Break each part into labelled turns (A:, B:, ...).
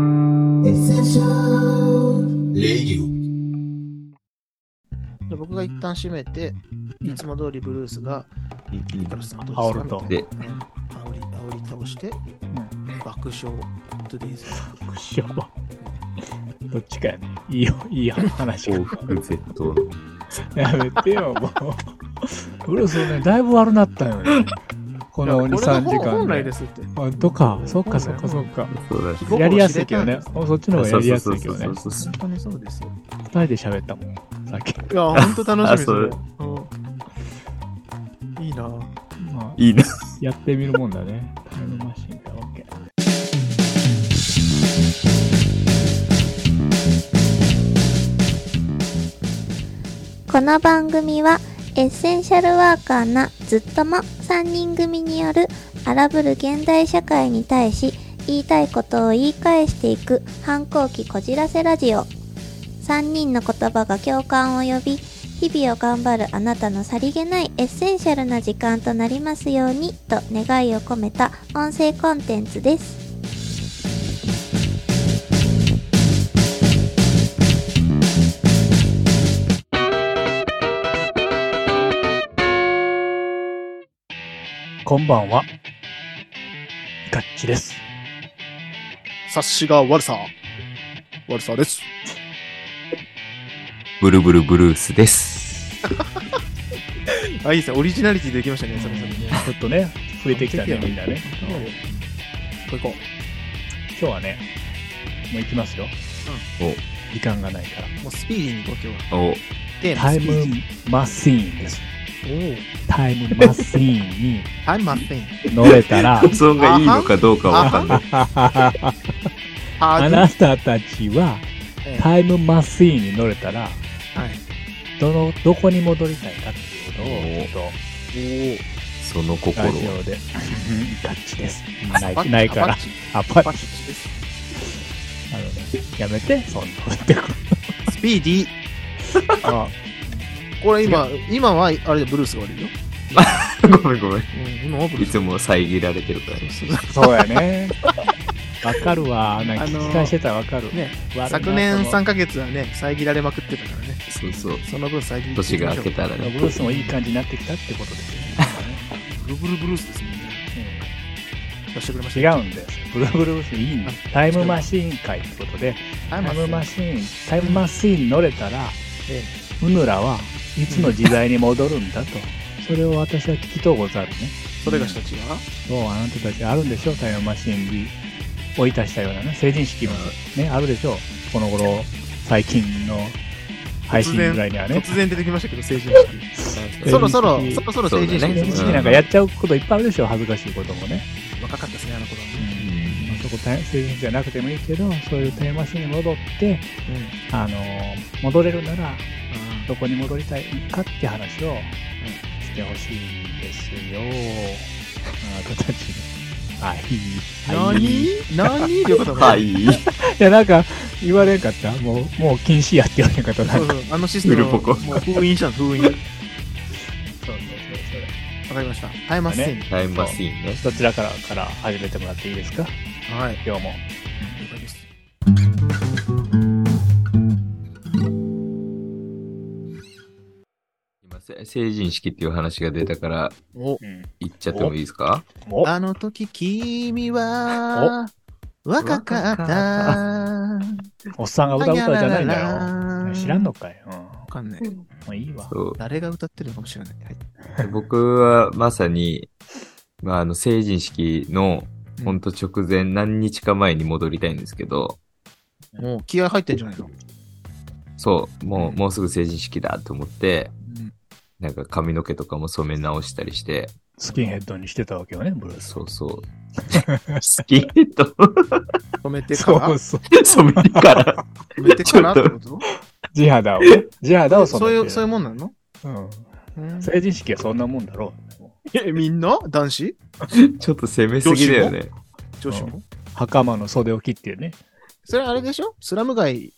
A: エッセンシャルレディオ
B: で僕が一旦閉めて、いつも通りブルースが、ニコラスさんどう
C: 煽ると
B: ですかみたいな煽り、煽り倒して、爆笑、トゥデイズ。
C: やば。どっちかやね。いいよ、いいよ、話が。
D: 幸福絶倒。
C: やめてよ、もう。ブルースね、だいぶ悪なったよね。この2、
B: いやこれ
C: 3
B: が
C: 時
B: 本
C: 間
B: 来で
C: で。
B: すって。
C: あ、とか、そっかそっかそっか。
D: そうだし。
B: 僕も
C: やりやすいけど
B: 知れ
C: ね。
B: たんで
C: おそっちの方がやりやすいけどね。
D: そうそうそうそう
B: 本当にそうですよ。
C: 二人で喋ったもん、さっき。
B: いや、本当楽しみですね
D: あ。
B: うんいいなぁ
C: まあ、
D: いいな。
C: やってみるもんだね。タイムマシンか、オッケー。
E: この番組はエッセンシャルワーカーなずっとも3人組による荒ぶる現代社会に対し言いたいことを言い返していく反抗期こじらせラジオ3人の言葉が共感を呼び日々を頑張るあなたのさりげないエッセンシャルな時間となりますようにと願いを込めた音声コンテンツです
C: こんばんは。ガッチです。
B: 察しが悪さ。悪さです。
D: ブルブルブルースです。
B: あ、いいですね。オリジナリティできましたね、それそれ。
C: ちょっとね、増えてきたね、みんなね。
B: これ行こ
C: 今日はね、もう行きますよ。
D: うんお
C: 時間がないから。
B: う。もうスピーディーに行こう、今日は。
D: お、
B: テーマ
C: タ
B: ス
C: イ
B: ピーデ
C: ム
B: ィー
C: マシーンです。
B: おう
C: タイムマシーン
B: タイムマシン。
C: に乗れたら、
D: 発音がいいのかどうかわかんない。
B: あ
C: あなたたちは
B: ええ
C: タイムマシーンに乗れたら、
B: はい。
C: どの、どこに戻りたいかっていうことを、
D: その
C: ちょっと、
D: 心は
C: ラジオ で、ガッチです。な
B: パッ
C: いないか
B: パ
C: ら
B: ッ、チ
C: アパ
B: パ
C: ッ
B: ッチです
C: あのね、やめて、そんなこと言ってくる。
B: スピーディー。
C: あ
B: これ今、今は、あれでブルースが悪いよ。
D: ごめんごめん。
B: うん、今はブル
D: い
B: ース。
D: つも遮られてるからね。
C: そうやね。わかるわ。なんか
B: あのー
C: 聞き返してたらわかる。
B: ね、
C: 悪いな
B: 昨年
C: その
B: 3ヶ月はね、遮られまくってたからね。
D: そうそう。
B: その分遮り
D: 年が明けたら
C: ブ
D: ね。
C: ルースもいい感じになってきたってことですよね。
B: ブルブルブルースですもんね。出してくれま
C: うん
B: し
C: 違
B: た。
C: うんです。ブルーブルースいいんです。タイムマシーン会ってことで、
B: タ
C: タ
B: イ
C: イム
B: ムマ
C: マ
B: シン。
C: シーン、タイムマシーンに乗れたら、
B: え
C: うぬらはいつの時代に戻るんだと。 それを私は聞きとうござるね。
B: えそれがしたちは
C: そう、あなたたちあるんでしょタイムマシーンに追い足したようなね、成人式もね、あるでしょこの頃、最近の配信ぐらいにはね。
B: 突然出てきましたけど、成人式。そろそろ、
C: 成人式
B: そろそろ成人
D: そう
B: 式
D: だね
C: 成
B: で
C: 人
B: す
C: 式なんかやっちゃうこといっぱいあるでしょ恥ずかしいこともね。
B: 若かったですね、あの頃はね。
C: まあ、そこ大成人式じゃなくてもいいけど、そういうテーマシーンに戻って、あのー戻れるなら、どこに戻りたいかって話をしてほしいんですよ。あなたたちに。あ、いい。あいい。い
B: 何何っていうこと
D: は
B: ない。
D: い。
C: や、なんか、言われんかったもう、もう禁止やって言われんかった。なん
B: そ
C: か
B: うそうあのシステム
D: フルポ
B: を
D: コ
B: もう封印したの、封印。わ
C: そうそうそう
B: かりました。タイムマシン。
D: タイム マシーンね。
C: そう。どちらから、から始めてもらっていいですか
B: はい。
C: 今日も。
B: 了解です
D: 今せ成人式っていう話が出たから、
B: お
C: うん。
D: 言っちゃってもいいですか
C: お
B: あの時君は若かった。わ
C: おっさんが歌う歌じゃないんだよ。知らんのかい。うん。も
B: かんない。
C: ういいわ。
D: そう。
B: 誰が歌ってるのかもしれない。はい
D: 僕はまさに、まあ、あの成人式のほんと直前、何日か前に戻りたいんですけど、
B: もう気合入ってんじゃないの
D: そう、もう、もうすぐ成人式だと思って、なんか髪の毛とかも染め直したりして、
C: スキンヘッドにしてたわけよね、ブルース。
D: そうそう。スキンヘッド
B: 止めてから
C: そう。
D: 染めてから、
B: 止めてからってこと
C: 地肌をね。地肌を染
B: そう
C: め
B: い
C: て
B: う、そういう
C: う
B: もんなの
C: うん。
B: うん
C: 成人式はそんなもんだろう。
B: え、みんな男子
D: ちょっと攻めすぎだよね。
B: 女子も
C: 袴の袖を切ってね。、
B: それあれでしょスラム街、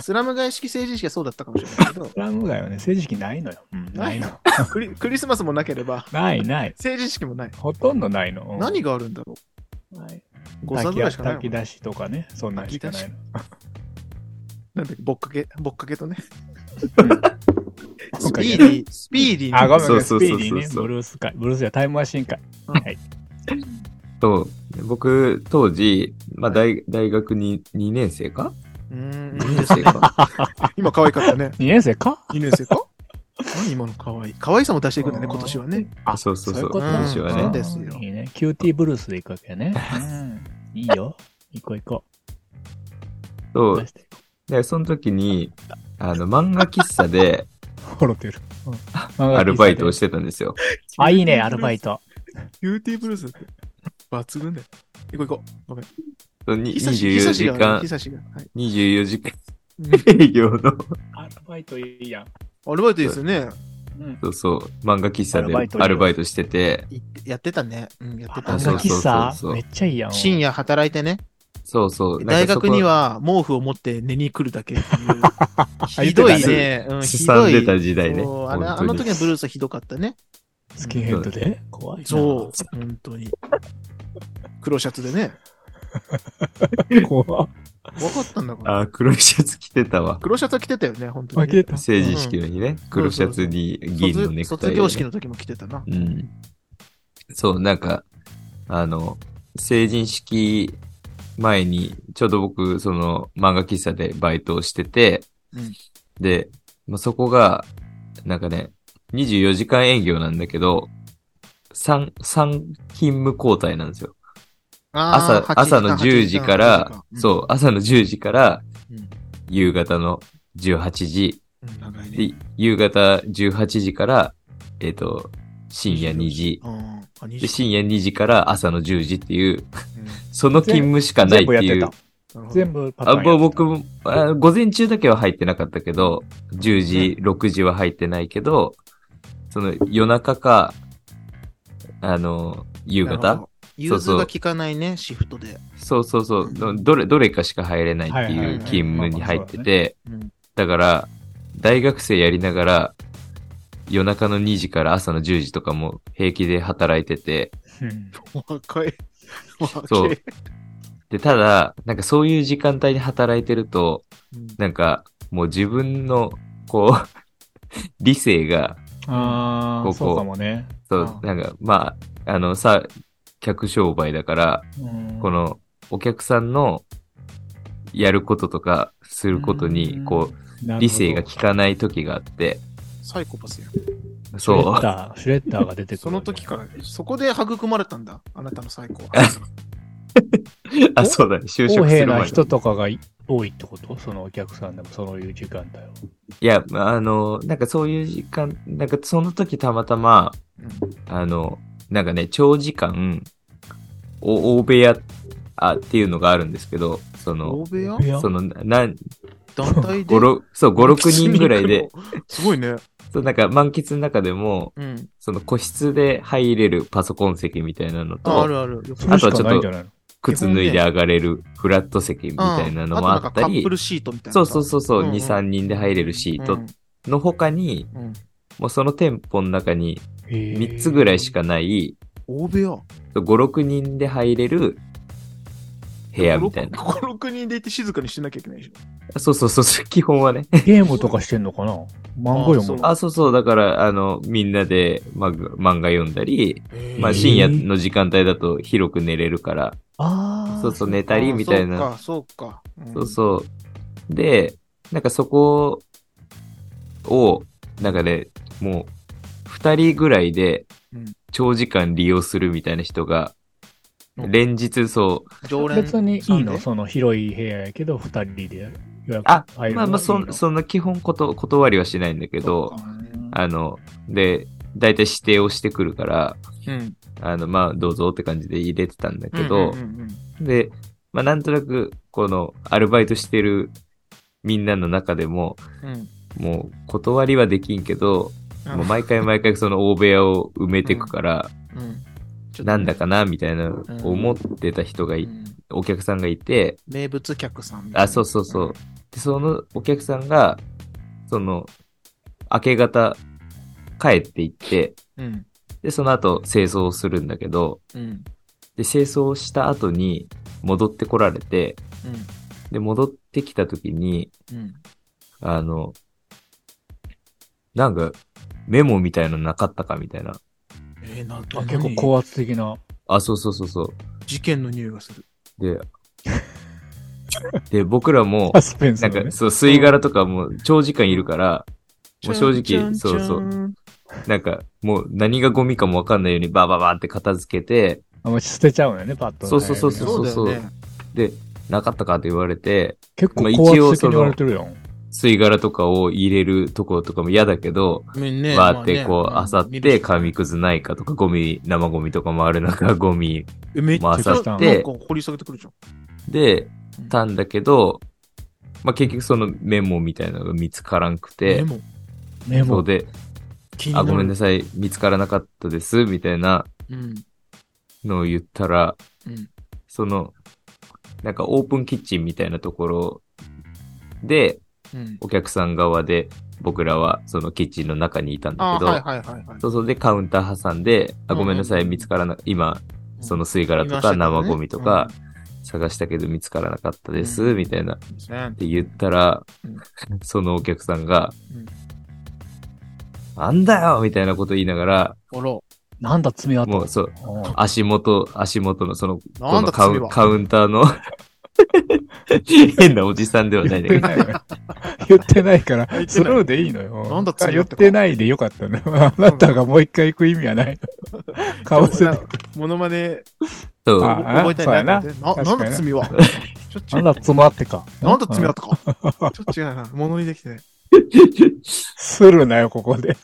B: スラム街式成人式はそうだったかもしれないけど
C: ラム街はね、成人式ないのよ。うんないの。
B: クリクリスマスもなければ、
C: ないない。
B: 成人式もない。
C: ほとんどないの。うん
B: 何があるんだろ
C: ない
B: 5歳ぐらいしかないもん
C: 炊き出しとかね、そんなんしかないの。
B: なんだっけぼっかけ、ぼっかけとね。
C: ぼっ
B: ス
C: かけ
B: ピーディー、スピーディーに。
C: あ、ごめんごめん、
D: そ
C: ス
D: うそう
C: ピ
D: そうそう
C: ーディーね、ブルースカイ、ブルースじゃタイムマシンか。
B: うん
C: はい。
D: そう。僕、当時、まあ、大大学に2年生か
B: うーん
D: ?2 年生か。
B: 今可愛かったね。
C: 2年生か
B: 2年生か 何今の可愛い。可愛さも出していくんだね、今年はね。
C: あ
D: そうそうそう
C: いうこと
B: 今年
D: はね
C: うん
B: そうですよ
C: いいね。キューティーブルースで行くわ けね。うん。いいよ。行こう行こ。
D: そうう
C: 出。して
D: で、その時に、あの、漫画喫茶で
C: ほろてる。うん
D: アルバイトをしてたんですよ。
C: あ、いいね、アルバイト。
B: キューティーブルースだって。抜群だよ。行こう行こう。ごめん。
D: そうに
B: 久し久
D: 24
B: し
D: 時
B: がね、
D: 間
B: 久、しが。はい。
D: 24時間
B: うん
D: 営業の、
C: アルバイトいいやん。
B: アルバイトいいですよね。
C: うん。
D: そうそう、漫画喫茶
C: アルバイト
D: でアルバイトしてて、
B: 行ってやってたね。うん、やってた
C: あ、
D: あ
B: ね
D: そ
C: さ
D: う
C: っき
D: そう
C: さ
D: そうそう、
C: めっちゃいいやん。
B: 深夜働いてね。
D: そうそう。なん
B: 大
D: かそこ
B: 学には毛布を持って寝に来るだけって いう。ひどいね。うん、
D: す
B: ひ
D: さ
B: ど
D: ん
B: い。
D: でた時代ね。
B: そうあのあ
D: 本当
B: の
D: に
B: 時のブルースはひどかったね。
C: スキンヘッドで怖いな。
B: そう、本当に。黒シャツでね。
C: 怖っ。
B: 怖かったんだから。
D: あ、黒いシャツ着てたわ。
B: 黒シャツは着てたよね、本当
C: 負
B: に
C: け
B: ね。
C: た。
D: 成人式の日ね。黒シャツに銀のネクタイ、ね
B: 卒卒業式の時も着てたな。
D: うん。そう、なんか、あの、成人式前に、ちょうど僕、その、漫画喫茶でバイトをしてて、
B: うん
D: で、まあ、そこが、なんかね、24時間営業なんだけど、3、3勤務交代なんですよ。朝、朝の10時から、そう、朝の10時から、
B: うん
D: 夕方の18時、
B: う。長いね。
D: で、夕方18時から、えっ、と、深夜2時、
B: うんあ、20
D: で深夜2時から朝の10時っていう、
B: うん
D: その勤務しかないっ
C: 全
D: て
C: 部や
D: い
C: って
D: う
C: た。。
B: なるほど
C: 全部パタ
D: あ
C: ーンやってた。
D: 僕もあ、午前中だけは入ってなかったけど、10時、6時は入ってないけど、その夜中か、あの、夕
B: なるほ
D: 方
B: ど融通が効かないね、シフトで。
D: そうそうそう、どれ、どれかしか入れないって
C: はいはいいは
D: う
C: い
D: 勤務に入ってて、
B: うん
D: だから、大学生やりながら、夜中の2時から朝の10時とかも平気で働いてて、
C: うん。
B: 若い。
D: そ
B: 若
D: う
B: い。
D: で、ただ、なんかそういう時間帯に働いてると、
B: うん
D: なんか、もう自分の、こう、 理性が、
C: あ
D: ここ
C: あ、そうかもね。
D: そう
B: あ、
D: なんか、まあ、あの、さ、客商売だから、
C: うん
D: この、お客さんの、やることとか、することに、こう、理性が効かない時があって、
B: サイコパスや。
C: シュレッ
D: そ
C: ダー、シュレッダーが出てくる。
B: その時から、そこで育まれたんだ、あなたのサイコは。
D: う、 あ、そうだね、就
C: 公
D: 職する前
C: 平な
D: に。
C: 人とかがい多いってことそのお客さんでもそういう時間帯を。
D: いや、あの、なんかそういう時間、なんかその時たまたま、
B: うん
D: あの、なんかね、長時間、お、大部屋、あ、っていうのがあるんですけど、その
B: 大、部屋
D: その、なん、
B: 団体で。
D: 五六、そう、五六人ぐらい で、。
B: すごいね。
D: そう、なんか満喫の中でも、
B: うん。
D: その個室で入れるパソコン席みたいなの
B: あある
D: と、
B: ある。よく
C: それし
D: あとはちょっ
C: か
D: と
C: ないんじゃないの
D: 靴脱いで上がれるフラット席みたいなのもあ
B: うんとな
D: っ
B: んか
D: た
B: カッ
D: り
B: プ、ルシートみたいな。
D: そうそうそうそう、
B: うんうん
D: 2、3人で入れるシート
B: ん
D: の他に、
B: うん
D: もうその店舗の中に3
C: 3
D: つぐらいしかない、
B: 大部屋。
D: 5、6人で入れる部屋みたいな。
B: 5、6人で行って静かにしてなきゃいけないでしょ。
D: そうそうそうそう、基本はね。
C: ゲームとかしてんのかな漫画読むの
D: あ、そうそう、だから、あの、みんなで、ま、漫画読んだり、まあ、
C: へー
D: 深夜の時間帯だと広く寝れるから、
C: あ
D: そうそう、寝たりみたいな。
B: あそうか、そうか。
D: そうそう。で、なんかそこを、なんかね、もう、二人ぐらいで
B: うん、
D: 長時間利用するみたいな人が、
B: うん
D: 連日そう、
B: うん。常連
C: 別にいいの
B: さ
C: その広い部屋やけど、二人で予約
D: あ、
C: 入るの
D: まあまあ、
C: いい
D: そ
C: の
D: そんな基本こと断りはしないんだけど、あの、で、大体指定をしてくるから、
B: んでうん。
D: あの、まあ、どうぞって感じで入れてたんだけど、
B: うんうんうん
D: で、まあ、なんとなく、この、アルバイトしてるみんなの中でも、
B: うん
D: もう、断りはできんけど、
B: うん
D: もう毎回毎回その大部屋を埋めてくから、
B: うんちょっと
D: なんだかな、みたいな、思ってた人がい、
B: うん
D: お客さんがいて、
B: 名物客さんみたいな。
D: あ、そうそうそう。で、そのお客さんが、その、明け方、帰っていって、
B: うん。
D: で、その後、清掃をするんだけど、
B: うん。
D: で、清掃した後に戻ってこられて、で、戻ってきた時に、
B: うん。うん。
D: あの、なんか、メモみたいのなかったかみたいな。
B: えー、なんと
C: あ結構高
B: い。
C: 圧的な。
D: あ、そうそうそうそう。
B: 事件の匂いがする。
D: で、で、僕らも
C: サ、スペンス
D: な
C: の
D: ん
C: ね
D: か、。そう、吸い殻とかも長時間いるから、もう正直、そうそう、
B: う。
D: なんか、もう何がゴミかもわかんないようにバーバーバーって片付けて、
C: あもう捨てちゃうのよね、パッとね。
D: そうそうそうそう
B: そうだよね。
D: で、なかったかって言われて、
C: 結構
D: まあ
C: 高
D: 一応
C: 圧的
D: そ
C: に
D: の
C: 言われてるやん。
D: 吸い殻とかを入れるとことかも嫌だけど、
B: ね
D: バーってこ
B: まあ
D: う、
B: ね
D: 漁っ
B: 見る
D: て、
B: 人
D: 紙くずないかとか、ゴミ、生ゴミとかもある中、ゴミ
B: えめっちゃ、
D: まあ
C: 漁って
B: なんか掘り下げてくるじゃん。
D: で
B: うん、
D: たんだけど、まあ、結局そのメモみたいなのが見つからんく
B: で
D: て、
B: も、
C: メ
D: そう
C: モ。
D: で、
B: 気にな
D: あ、
B: る。
D: ごめんなさい、見つからなかったです、みたいな
B: うん。
D: のを言ったら、
B: うん。
D: その、なんかオープンキッチンみたいなところで、
B: うん。
D: お客さん側で、僕らはそのキッチンの中にいたんだ
B: あ
D: け
B: ー、
D: ど、
B: はいはいはいはい。
D: そうそうでカウンター挟んで、あ、
B: うんうん
D: ごめんなさい、見つからな、今、その吸い殻
B: 見
D: と
B: ました
D: か
B: けどね
D: 生ゴミとか探したけど見つからなかったです、
B: うん
D: みたいな
B: うんですね
D: っ。て言ったら
B: うん、
D: そのお客さんが
B: うん、
D: なんだよみたいなこと言いながら、
B: あら、
C: なんだ、爪跡。
D: もうそう、
C: うん
D: 足元、足元のその、
B: な
D: こ
B: ん
D: の
B: だ
D: カウ
B: 罪
D: ン
B: は。
D: カウンターの、変なおじさんではないんだ
C: 言
D: け
C: って
D: ど、
C: ないよ言ってないから
B: 言っ、て
C: ス
B: ない
C: ルーでいいのよ。
B: なんだ爪
C: あ
B: 跡
C: 言ってないでよ かったね。あなたがもう一回行く意味はない。かわせ
B: な
C: なん
B: かモノマネ
D: そう
C: あ
B: 覚えたいな。
C: あ
B: な
C: そうやな
B: なんだ罪 は。ちょっと違
C: ん
B: う
C: だ、爪あってか。
B: なんだ罪だったか。ちょっと違うな。物にできてない。
C: するなよ、ここで。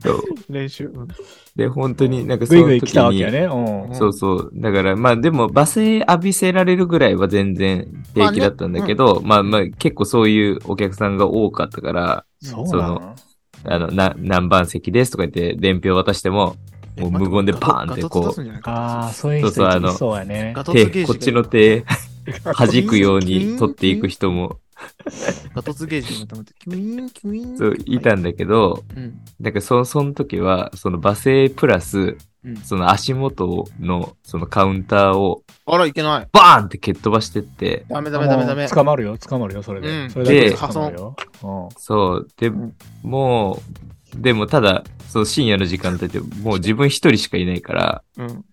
D: そう
B: 練習。うん
D: で、本当になんかそ
C: ぐいぐ
D: の
C: い来たわけ
D: 時
C: や
D: に、
C: ね。うん。
D: そうそう。だから、まあでも、罵声浴びせられるぐらいは全然平気だったんだけど、まあまあ結構そういうお客さんが多かったから、
C: そう
D: そ
C: な
D: の
C: の
D: あの、な、何番席ですとか言って、伝票渡しても、もう無言でパーンってこう
C: ああ、
B: う。
C: そうい
D: そ
C: う
D: うそうあ
C: 人い
D: の
C: てそうやね。
B: ガトツゲ
D: 手、
B: ージ
D: こ
B: が
D: っちの手、弾くよう
B: キュイ
D: に
B: ン
D: 取っていく人も、
B: ガトツゲージの頭ってキュイーンキュイーン
D: そう、いたんだけど、
B: うん
D: なんかそ、その時は、その罵声プラス
B: うん、
D: その足元の、そのカウンターを、
B: あらいけない
D: バーンって蹴っ飛ばしてって、
B: ダメダメダメダメ
C: もう捕まるよ、捕まるよ、それ
B: う
C: で。
B: ん
C: それだけで
D: で
C: 捕まるよ。うん
D: そう、で
B: ん、
D: もう、でもただ、その深夜の時間帯って、もう自分一人しかいないから、
B: うん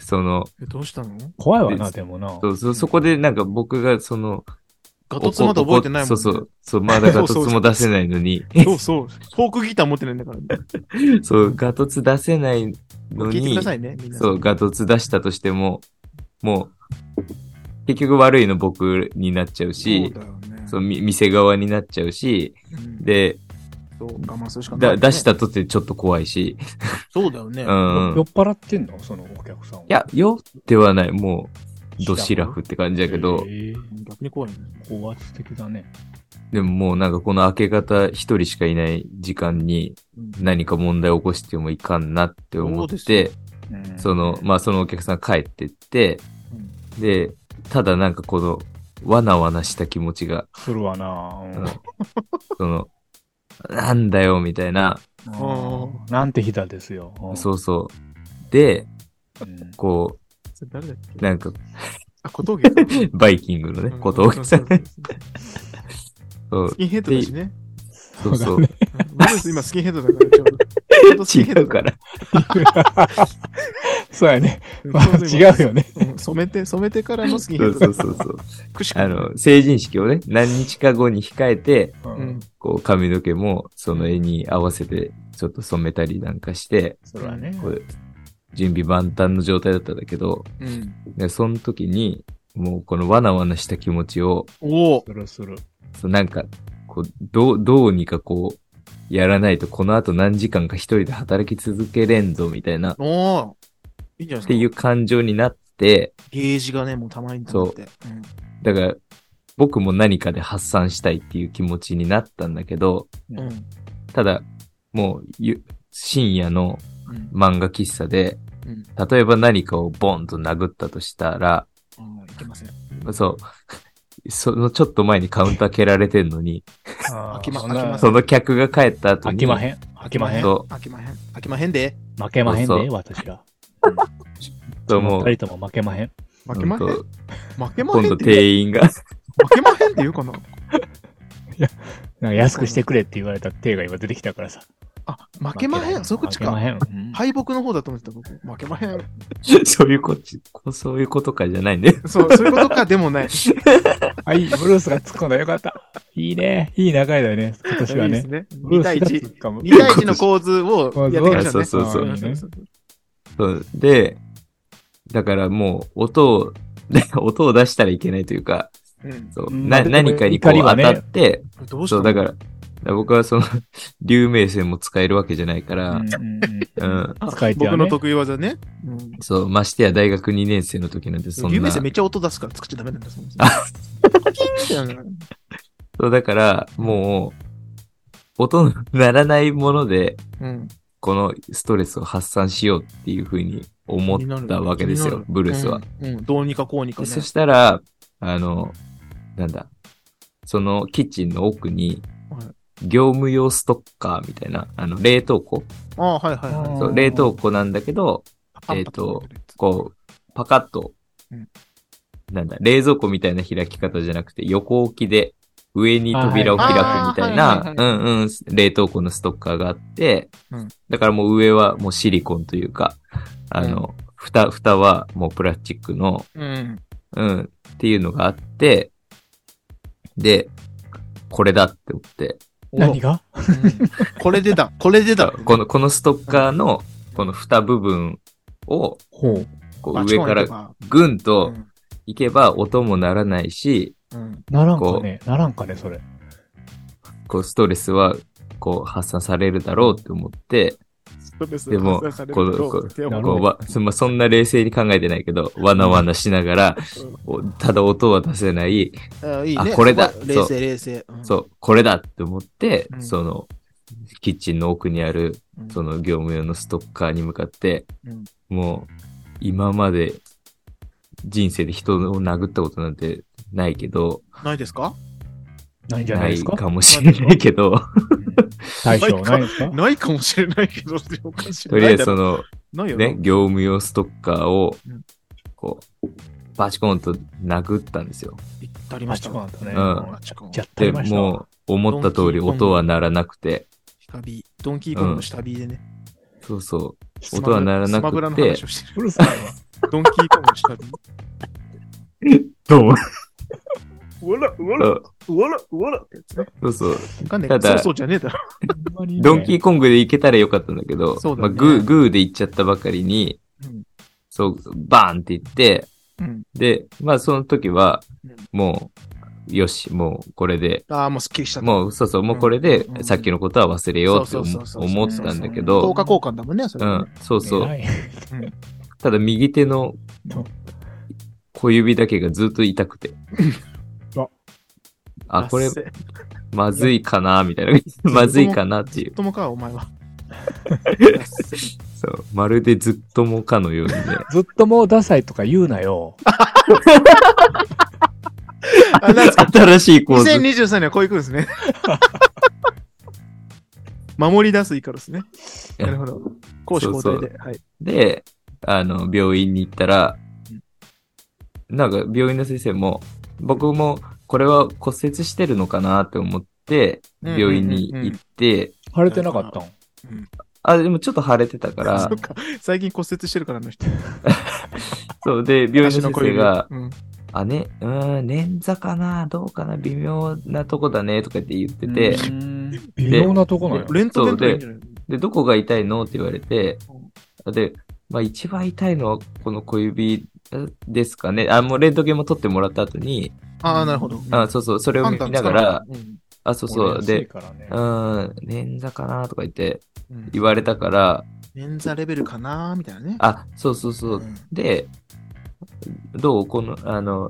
D: その、
B: えどうしたの
C: 怖いわな、でもな。
D: そうそそこでなんか僕がその、
B: ガトツまだ覚えてないもんね
D: そうそう。そう、まだガトツも出せないのに。
B: そうそうフォークギター持ってないんだから
D: そう、ガトツ出せないの
B: 聞いてく
D: に
B: だ、さいねみんな
D: そう、ガトツ出したとしても、もう、結局悪いの僕になっちゃう
B: そう
D: し
B: だ、よね
D: そう、み店側になっちゃうし、
B: うん
D: で、
B: そう我慢するしかない
D: だ
B: ね
D: 出したとってちょっと怖いし、
B: そうだよね
D: うん。
C: 酔
D: い
C: っ払ってんのそのお客さんは。
D: や、酔ってはない、もう、ドシラフって感じだけど
C: へ、ー
B: 逆に怖いね
C: 高圧的だね。
D: でももうなんかこの明け方一人しかいない時間に
B: うん
D: 何か問題を起こしてもいかんなって思って、
C: うん
D: その、まあそのお客さん帰ってって、で、ただなんかこの、わなわなした気持ちが、
C: するわな。うん
D: うんその、なんだよ、みたいな、
B: ん
C: なんて日だですよ。
D: そうそう。で、
C: うん。
D: こ
B: それ誰だっけ
D: う、なんか、
B: あ小峠さん
D: バイキングのね
B: う、ん
D: ことを、
B: そうそう
D: そう
B: スキンヘッドだしね
D: そうそう、
C: ね。
B: うん僕今スキンヘッドだからちょうどちょうどスキンヘ
D: 違
B: ッド
D: うから。
C: そうやね。まあ
B: ちょ
C: 違
B: ど今
C: うよね。
B: うん染めて染めてからのスキンヘ
D: そ
B: ッ
D: う
B: ド
D: そ
B: だ
D: うそうそう。
B: くしくも
D: あの、成人式をね、何日か後に控えて、
C: う
B: うん
C: ん。
D: こう髪の毛もその絵に合わせてちょっと染めたりなんかして、
C: それはね。
D: こう準備万端の状態だったんだけど、
B: うん
D: でその時に、もうこのわなわなした気持ちを、
B: おお
C: するする。
D: そうなんか、こう、どう、どうにかこう、やらないとこの後何時間か一人で働き続けれんぞみたいな、っ
B: おおいいんじゃない
D: てい
B: です
D: う
B: か
D: 感情になって、
B: ゲージがね、もうたまに溜まって。うん
D: だから、僕も何かで発散したいっていう気持ちになったんだけど、
B: うん。
D: ただ、もうゆ、深夜の
B: うん。
D: 漫画喫茶で、
B: うん。
D: 例えば何かをボンと殴ったとしたら、
B: あーいけません。
D: そう、 そのちょっと前にカウンター蹴られてんのに、
C: あー
B: 飽きま
C: そんな
B: 飽きませ
D: その客が帰った後
C: 飽
D: に、
C: きまへん。飽きまへん。
D: そ
B: 飽きまへん。飽きまへんで。
C: 負けまへん
D: そう
C: で、
D: そ
C: 私が。
D: ともう
C: 二、人とも負けまへん。
B: 負けまへん
D: ほん
B: 負
D: と
B: けま
D: 今
B: へん
D: 度
B: って言う
D: 店員が、
B: 負けまへんって言うかな
C: なんか安くしてくれって言われた手が今出てきたからさ。
B: あ、負けまへんそういうこっち
C: 負けま
B: か。
C: へん。うん
B: 敗北の方だと思ってた、僕。負けまへん。
D: そういうこっち、そういうことかじゃないんだよ。
B: そう、そういうことかでもない。
C: はい、ブルースが突っ込んだよかった。いいね。いい流れだよね、今年はい
B: いで
C: ね
B: す。ね。
C: ブル
B: 2
C: ース
B: 対
C: が
B: 1
C: 突。っ込む
B: 2対1の構図をやっていきましょうね。
D: そうそうそう
C: あいいね
D: そうで、だからもう、音を、 音を出したらいけないというか、
B: うん
D: そう
C: うん
D: な
C: まあ
D: 何かにこう
C: でも
D: 当
C: 怒りは
D: た
C: ね
D: って、
B: どうし
D: そ
B: たの
D: う、だから、だから僕はその、 流明線も使えるわけじゃないか
C: う
D: ら、
C: んう
D: う
C: んうん
D: ん、
C: 使い手は
B: 僕
C: ね
B: の得意技ね。うん
D: そう、ましてや大学2年生の時なんてそん
B: 有名
D: な。
B: 人
D: そ
B: めっちゃ音出すから作っちゃダメなんだそもそも
D: あ
B: パキーンってなる
D: う、だから、もう、音の鳴らないもので、
B: うん
D: このストレスを発散しようっていうふうに思
B: 気にな
D: っ
B: る
D: たわけです
B: 気にな
D: よ
B: る、
D: ブルースは。
B: うん。うんどうにかこうにか
D: で
B: ね
D: そ。したら、あの、なんだ、そのキッチンの奥に
B: はい、
D: 業務用ストッカーみたいな、あの、冷凍庫。
B: ああ、はいはいはい
C: あー
D: そう冷凍庫なんだけど、
B: パカンパカン
D: えーとこう、パカッと
B: うん、
D: なんだ、冷蔵庫みたいな開き方じゃなくて、横置きで上に扉を開くみたい
B: あは
D: な、
B: いあーはいは
D: う
B: い
D: んうん、冷凍庫のストッカーがあって
B: うん、
D: だからもう上はもうシリコンというか、あの、蓋、蓋はもうプラスチックの、
B: うん。
D: うん、っていうのがあって、で、これだって思って、
C: 何が
B: うんこれでだ、これでだ。
D: この、このストッカーの、この蓋部分を、
C: ほう。
D: こ
B: バ
D: う
B: チ
D: 上
B: コン
D: か
B: 行
D: ら
B: けば
D: ぐん
B: う
D: と
B: ん
D: いけば音も鳴らないし、
B: うん
C: ならんかね。ならんかね、それ。
D: こうストレスは、こう発散されるだろうって思って、でも
B: 発散される
D: この
B: と
D: こ
B: って思
C: な
B: う
C: る
D: こ
C: ほ
D: うわそまあそんな冷静に考えてないけど、わなわなしながら、おただ音は出せない、
B: あいいね。
D: あこれだ
B: そ冷静、冷静。うん
D: そう、これだって思って
B: う、ん
D: その、キッチンの奥にある
B: うん
D: その業務用のストッカーに向かって、
B: うん
D: もう今まで人生で人を殴ったことなんてないけど、
B: ないですか
C: ないんじゃ
D: な
C: ないで
D: い
C: すか
D: かもしれないけ ど、
C: 大将ないですか
B: ないかもしれないけど、おかしい。
D: とりあえず
B: な
D: そ
B: いだろ
D: の
B: ないよ
D: ね、
B: ね。
D: 業務用ストッカーを
B: うん、
D: こう、バチコンと殴ったんですよ。
B: 行ったりま
C: マ
B: し
C: チ
B: た。
C: コンとね。
D: うん
C: や
B: バチコン
C: っちゃ
D: で、
C: いました。
D: もう思った通り
B: ドンキーコング
D: 音は鳴らなくて、
B: 下火。ドンキーコングの下火でね。
D: そうそ
B: スマブ
D: 音
B: ラ
D: は鳴らなくて
B: スマブラの話をしてる。
C: ブルースさんは
B: ドンキーコングの下火。
D: う。どうも
B: うわら、うわ
D: そ
B: ら、
D: う
B: うわら、うわらってやつね。
D: そうそう。
B: わかんな
D: た
B: い。
D: だ
B: そうそうじゃねえだろ。
C: ほんまにね
D: ドンキーコングで行けたらよかったんだけど、
B: そうだ
D: ま
B: ね
D: あ、グー、グーで行っちゃったばかりに、
B: うん
D: そう、バーンって行って、
B: うん
D: で、まあその時は
B: うん、
D: もう、よし、もうこれで、
B: ああ、もうすっきりした。
D: もう、そうそう、もうこれで
B: うん、
D: さっきのことは忘れようって
B: そうそう
D: 思
B: そうそう
D: 思ったんだけ
B: 10
D: ど、
B: 日交換だもんね、そうれね。
D: ん、そうそう。
C: 偉い
D: ただ右手の
C: ど
D: 小指だけがずっと痛くて。
C: あ
D: あ、これ
B: ずっ
D: まずいかな、みたいな。まずいかなっていう。
B: ともか、お前は。
D: そう。まるでずっともかのようにね。
C: ずっともうダサいとか言うなよ。
B: あ、なんですか
D: 新しい構図。
B: 2023年はこういくんで すね。守り出すイカロスね。なるほど。攻守交代で。はい。
D: で、あの、病院に行ったら、なんか病院の先生も、僕もこれは骨折してるのかなって思って、
B: うん
D: 病院に行って、
C: 腫れてなかったん
D: あ、でもちょっと腫れてたから
B: そっ、か。最近骨折してるから、あの人。
D: そう、で、病院の先生が
B: 足、の小指うん
D: あ、ね、うーん、捻挫かな、どうかな、微妙なとこだね、とかって言ってて、
C: 微妙なとこなんや。
B: レントゲンとかいいんじゃない
D: で、どこが痛いのって言われて
B: うん、
D: で、まあ一番痛いのはこの小指ですかね。あ、もうレントゲンも取ってもらった後に、
B: ああ、なるほど。
D: あそうそう、それを見ながら、
B: うん
D: あ、そうそう、
C: 俺安い
D: で、
C: からね
D: うーん、捻挫かなとか言って
B: うん
D: 言われたから、
B: 捻挫レベルかなーみたいなね。、。
D: あ、そうそうそううんで、どうこの、あの、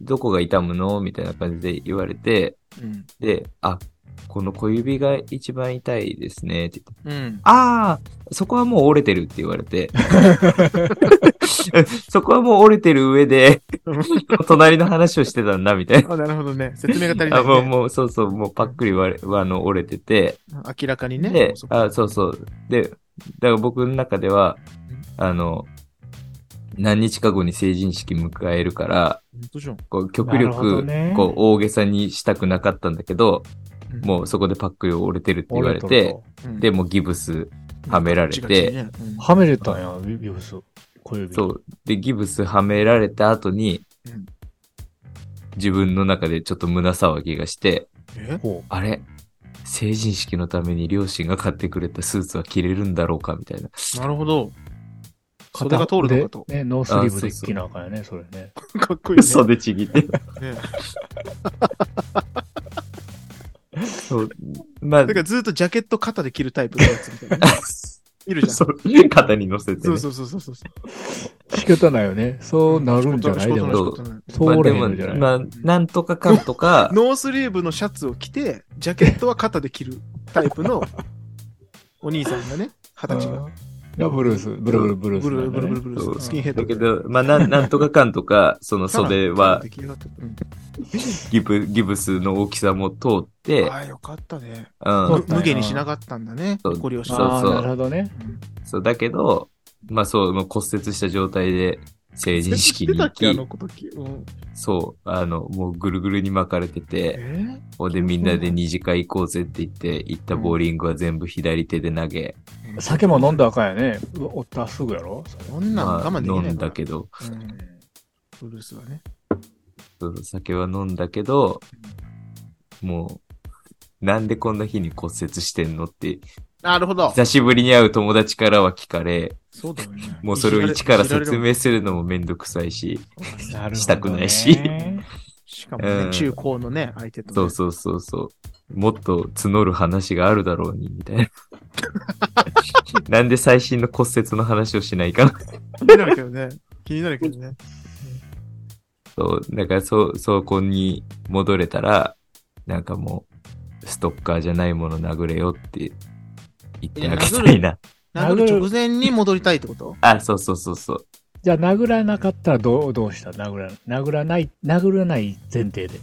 D: どこが痛むのみたいな感じで言われて、
B: うん
D: で、あ、この小指が一番痛いですね、って言って。
B: うん。
D: ああ、そこはもう折れてるって言われ て。 そこはもう折れてる上で、隣の話をしてたんだ、みたいな。
B: あ、なるほどね。説明が足りな
D: あ
B: い
D: もう、
B: ね。
D: もう、そうそう、もうパックリ割れ、あの、折れてて。
B: 明らかにね。
D: で
B: もうそ、こ
D: あそうそう。で、だから僕の中では、あの、何日か後に成人式迎えるから、
B: 本当じゃん。
D: こう極
C: なるほど
D: 力、
C: ね
D: こう大げさにしたくなかったんだけど、
B: うん
D: もうそこでパックよ折れてるって言わ
C: 俺
D: れ
C: と
D: て、
B: うん
D: で、もうギブスはめられて、
B: ガチガチね
C: はめれたんや、ビビブス。小指。
D: そう。で、ギブスはめられた後に
B: うん、
D: 自分の中でちょっと胸騒ぎがして、
B: うんえ
C: ほう。
D: あれ成人式のために両親が買ってくれたスーツは着れるんだろうかみたいな。
B: なるほど。袖が通るのかと。
C: でね、ノースリーブで着なあかんやね、それね。
B: かっこいいね。
D: でちぎって。
B: ね
D: そう。まあ
B: だか、らずっとジャケット肩で着るタイプのやつみたいな。いるじゃん。
D: そう 肩に乗せて、ね。
B: そうそうそうそうそう。
C: 仕方ないよね。そうなるんじゃない
B: 仕
C: で
B: 方な仕
C: も。
D: も
B: 方ない
D: まあ
C: 通
D: で
C: れへ
D: も、
C: んのじゃない
D: まあ、なんとかかんとか、
B: ノースリーブのシャツを着て、ジャケットは肩で着るタイプのお兄さんがね、二十歳が。
C: いや、ブルース、ブルブルブルース
B: ブ
C: なんだ
B: ル
C: ね。
B: ブルブルブル
D: そう
B: スキンヘッド
D: だけど、まあなん、なんとかかんとか、その袖は
B: 出来上がったうん
D: ギブギブスの大きさも通って、
B: ああ、よかったね。
D: うん
C: そう
B: む無下にしなかったんだね。
D: そう
B: ご利用し
D: そう
B: な
C: あ
D: そう
C: あ、なるほどね。
D: そうだけど、まあそう、もう骨折した状態で成人式に
B: た
D: 行
B: っけあ
D: き
B: の、時。うん
D: そう、あの、もうぐるぐるに巻かれて
B: え
D: て、
B: ー
D: ほんでみんなで二次会行こうぜって言って、行ったボーリングは全部左手で投げ、
C: 酒も飲んだらあかんやね。うわおったらすぐやろそれ
B: そんなん
D: ま
B: 我
D: あ
B: 慢できない
D: 飲
B: から
D: んだけど、
B: うんブルースはね。
D: そう酒は飲んだけど、もう、なんでこんな日に骨折してんのって、
B: なるほど。
D: 久しぶりに会う友達からは聞かれ、
B: そうだよね。
D: もうそれを一から
B: いじれる
D: 説。明するのもめんどくさいし、
C: なるほど ね
D: したくないし
B: しかもね
D: うん
B: 中高のね、相手とね。
D: そうそうそうそう。もっと募る話があるだろうに、みたいな。なんで最新の骨折の話をしないかな。
B: 気になるけどね。気になるけどね。
D: そう、だからそう、そこに戻れたら、なんかもう、ストッカーじゃないもの殴れよって言ってあげたいな。
B: 殴る直前に戻りたいってこと
D: あ、そうそうそうそう。
C: じゃあ、殴らなかったらどうどうした殴ら殴らない、殴らない前提で。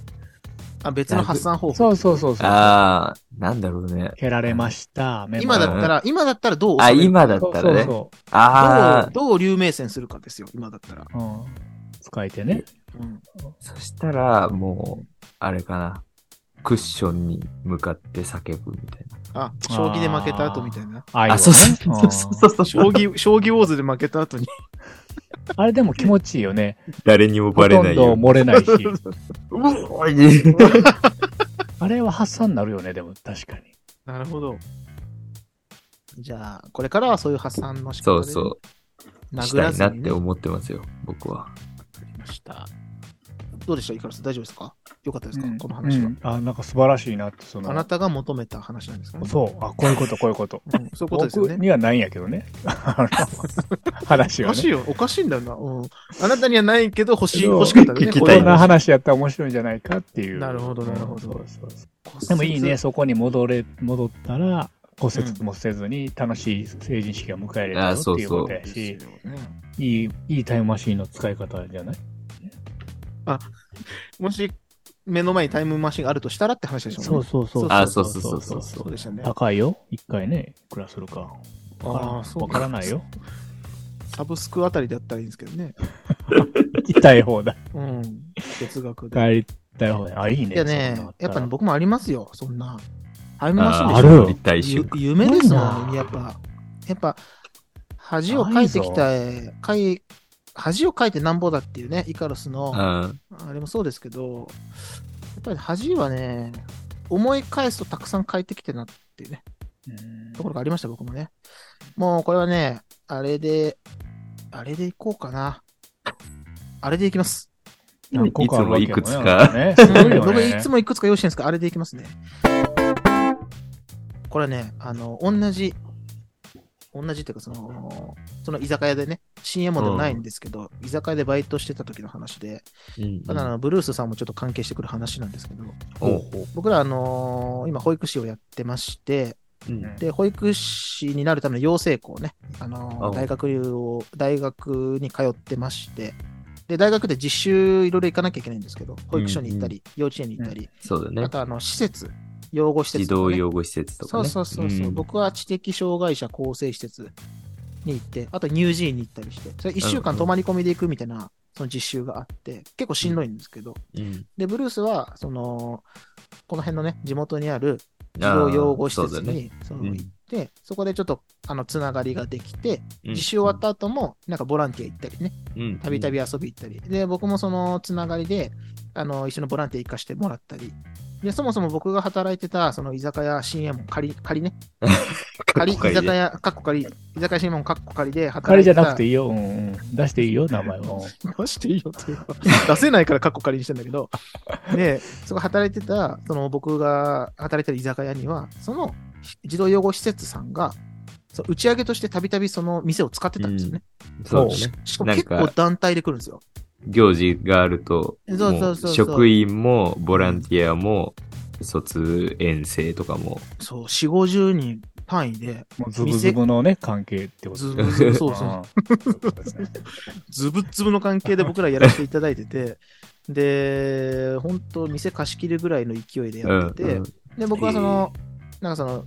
B: あ、別の発散方法。
C: そうそうそうそう。
D: ああ、なんだろうね。
C: 蹴られました。メモ
B: 今だったら、今だったらどう
D: あ、
B: 収める
D: 今だっ
C: そう
D: たらね。
C: そう
D: ああ
B: どう、、どう留名線するかですよ、今だったら。
C: そう。うん。使い手ね。
B: うん。
D: そしたら、もう、あれかな。クッションに向かって叫ぶみたい
B: あ、将棋で負けた後みたいな。
C: 愛
D: な。あ、
C: をね。
D: そうそうそううそう
B: 将
D: そう。
B: 棋、将棋ウォーズで負けた後に。
C: んあれでも気持ちいいよね。
D: 誰にも
C: ほ
D: バレ
C: と
D: なんい
C: ど
D: よ。
C: 漏れないし。
D: う
C: あれは発散になるよね、でも確かに。
B: なるほど。じゃあ、これからはそういう発散の仕
D: そ
B: 方で、
D: うそ
B: 殴
D: した
B: ら
D: い
B: ず
D: なっ
B: に、ね、
D: て思ってますよ、僕は。
B: わかりました。どうでしたイカルス大丈夫ですかよかったですか、この話
C: う
B: は、
C: んあ、なんか素晴らしいなって、その。
B: あなたが求めた話なんですかね。
C: そう、あ、こういうこと、こういうこと。
B: うんそういうことですよね
C: 僕。にはないんやけ どね。あの話
B: お
C: は
B: かしい
C: ね。
B: よ。おかしいんだよな。うん。あなたにはないけど欲しい、
C: そう
B: 欲しかったよね。
D: 聞き
B: こ
C: こ
D: たい
B: れ
C: んな話やったら面白いんじゃないかっていう。
B: なるほどなるほど
C: そうそうそう
B: は
C: でもいいね、。そこに戻れ、戻ったら、骨折もせずに楽しい成人式が迎えられたよ
D: あそうそう
C: っていうことや
B: ですよ
C: し、
B: ね
C: いい、いいタイムマシーンの使い方じゃない
B: もし、目の前にタイムマシンがあるとしたらって話でしょうね。
C: そうそうそう。
D: あそうそうそうそう
B: そうでしたね。
C: 高いよ。一回ね、いくらするか。わからん
B: ああそう
C: わからないよ。
B: サブスクあたりだったらいいんですけどね。
C: 痛い方だ。
B: うん。月額で。
C: 帰りたい方だ。あ、いいね。
B: いやね
C: そんなのあ、た
B: やっ
C: ら
B: ぱね、僕もありますよ、そんな。タイムマシンで
D: あ
B: し
C: る
B: ょ
C: よ
D: 立体
B: ゆ
D: 瞬間。
B: 夢ですも
C: ない
B: ん、
C: な
B: やっぱ。やっぱ、恥をかいてきた、かい、恥をかいてなんぼだっていうね、イカロスの、あ
D: うん。
B: れもそうですけど、やっぱり恥はね、思い返すとたくさん変えてきてなっていうね、
C: うん
B: ところがありました、僕もね。もうこれはね、あれで、あれでいこうかな。あれでいきます。
C: 何個かあるわけもね
D: いつもいくつか
C: ね、すごいよ
B: 僕
C: ね。
B: いつもいくつか用意してるんですかあれでいきますね。これね、あの、同じ、同じっていうか、その、その居酒屋でね、CM でもないんですけど、居酒屋でバイトしてた時の話で、
D: うん
B: ただあの、ブルースさんもちょっと関係してくる話なんですけど、
D: お
B: 僕ら、あのー今、保育士をやってまして、
D: うん
B: で、保育士になるための養成校ね、あの
D: あ
B: ー大学を、大学に通ってまして、で、大学で実習いろいろ行かなきゃいけないんですけど、保育所に行ったり、幼稚園に行ったり、
D: そうだ
B: あ
D: ね。
B: とあの施設、養護施設
D: 児
B: とか
D: 童
B: ね、
D: 養護施設と
B: そ
D: か
B: う
D: ね。
B: そうそうそう、
D: ん
B: 僕は知的障害者構成施設に行って、あとニュージーに行ったりして、それ1週間泊まり込みで行くみたいな、その実習があって、結構しんどいんですけど、
D: うん。
B: で、ブルースは、その、この辺のね、地元にある児
D: あ
B: 童
D: ー
B: 養護施設
D: そうだね
B: にその
D: うん
B: 行って、そこでちょっと、あの、つながりができて、
D: うん
B: 実習終わった後も、なんかボランティア行ったりね、
D: うん
B: たびたび遊び行ったり、で、僕もそのつながりで、あの、一緒にボランティア行かしてもらったり、で、そもそも僕が働いてた、その居酒屋新右衛門、仮、仮ね、仮、居
D: かっこいいね
B: 酒屋、かっこ仮、居酒屋新右衛門、かっこ仮で働
C: 彼
B: いて
C: じゃ
B: た。
C: なくていいよ。うんうん出していいよ、名前を。
B: 出していいよっていうか、 出せないからカッコ仮にしてんだけど、で、そこ働いてた、その僕が働いてる居酒屋には、その児童養護施設さんが、そう打ち上げとしてたびたびその店を使ってたんですよね。
D: そうだね。
B: しかも結
D: なん
B: 構
D: か
B: 団体で来るんですよ。
D: 行事があると、
B: そうそうそうそう
D: も職員も、ボランティアも、卒園生とかも、
B: そう、4、50人単位で、
C: もうズブズブのね、関係ってこと
B: ズブズブ、そうそう、
C: そう ですね。
B: ズブズブの関係で僕らやらせていただいてて、で、本当店貸し切るぐらいの勢いでやってて、
D: うんうん
B: で、僕はその、なんかその、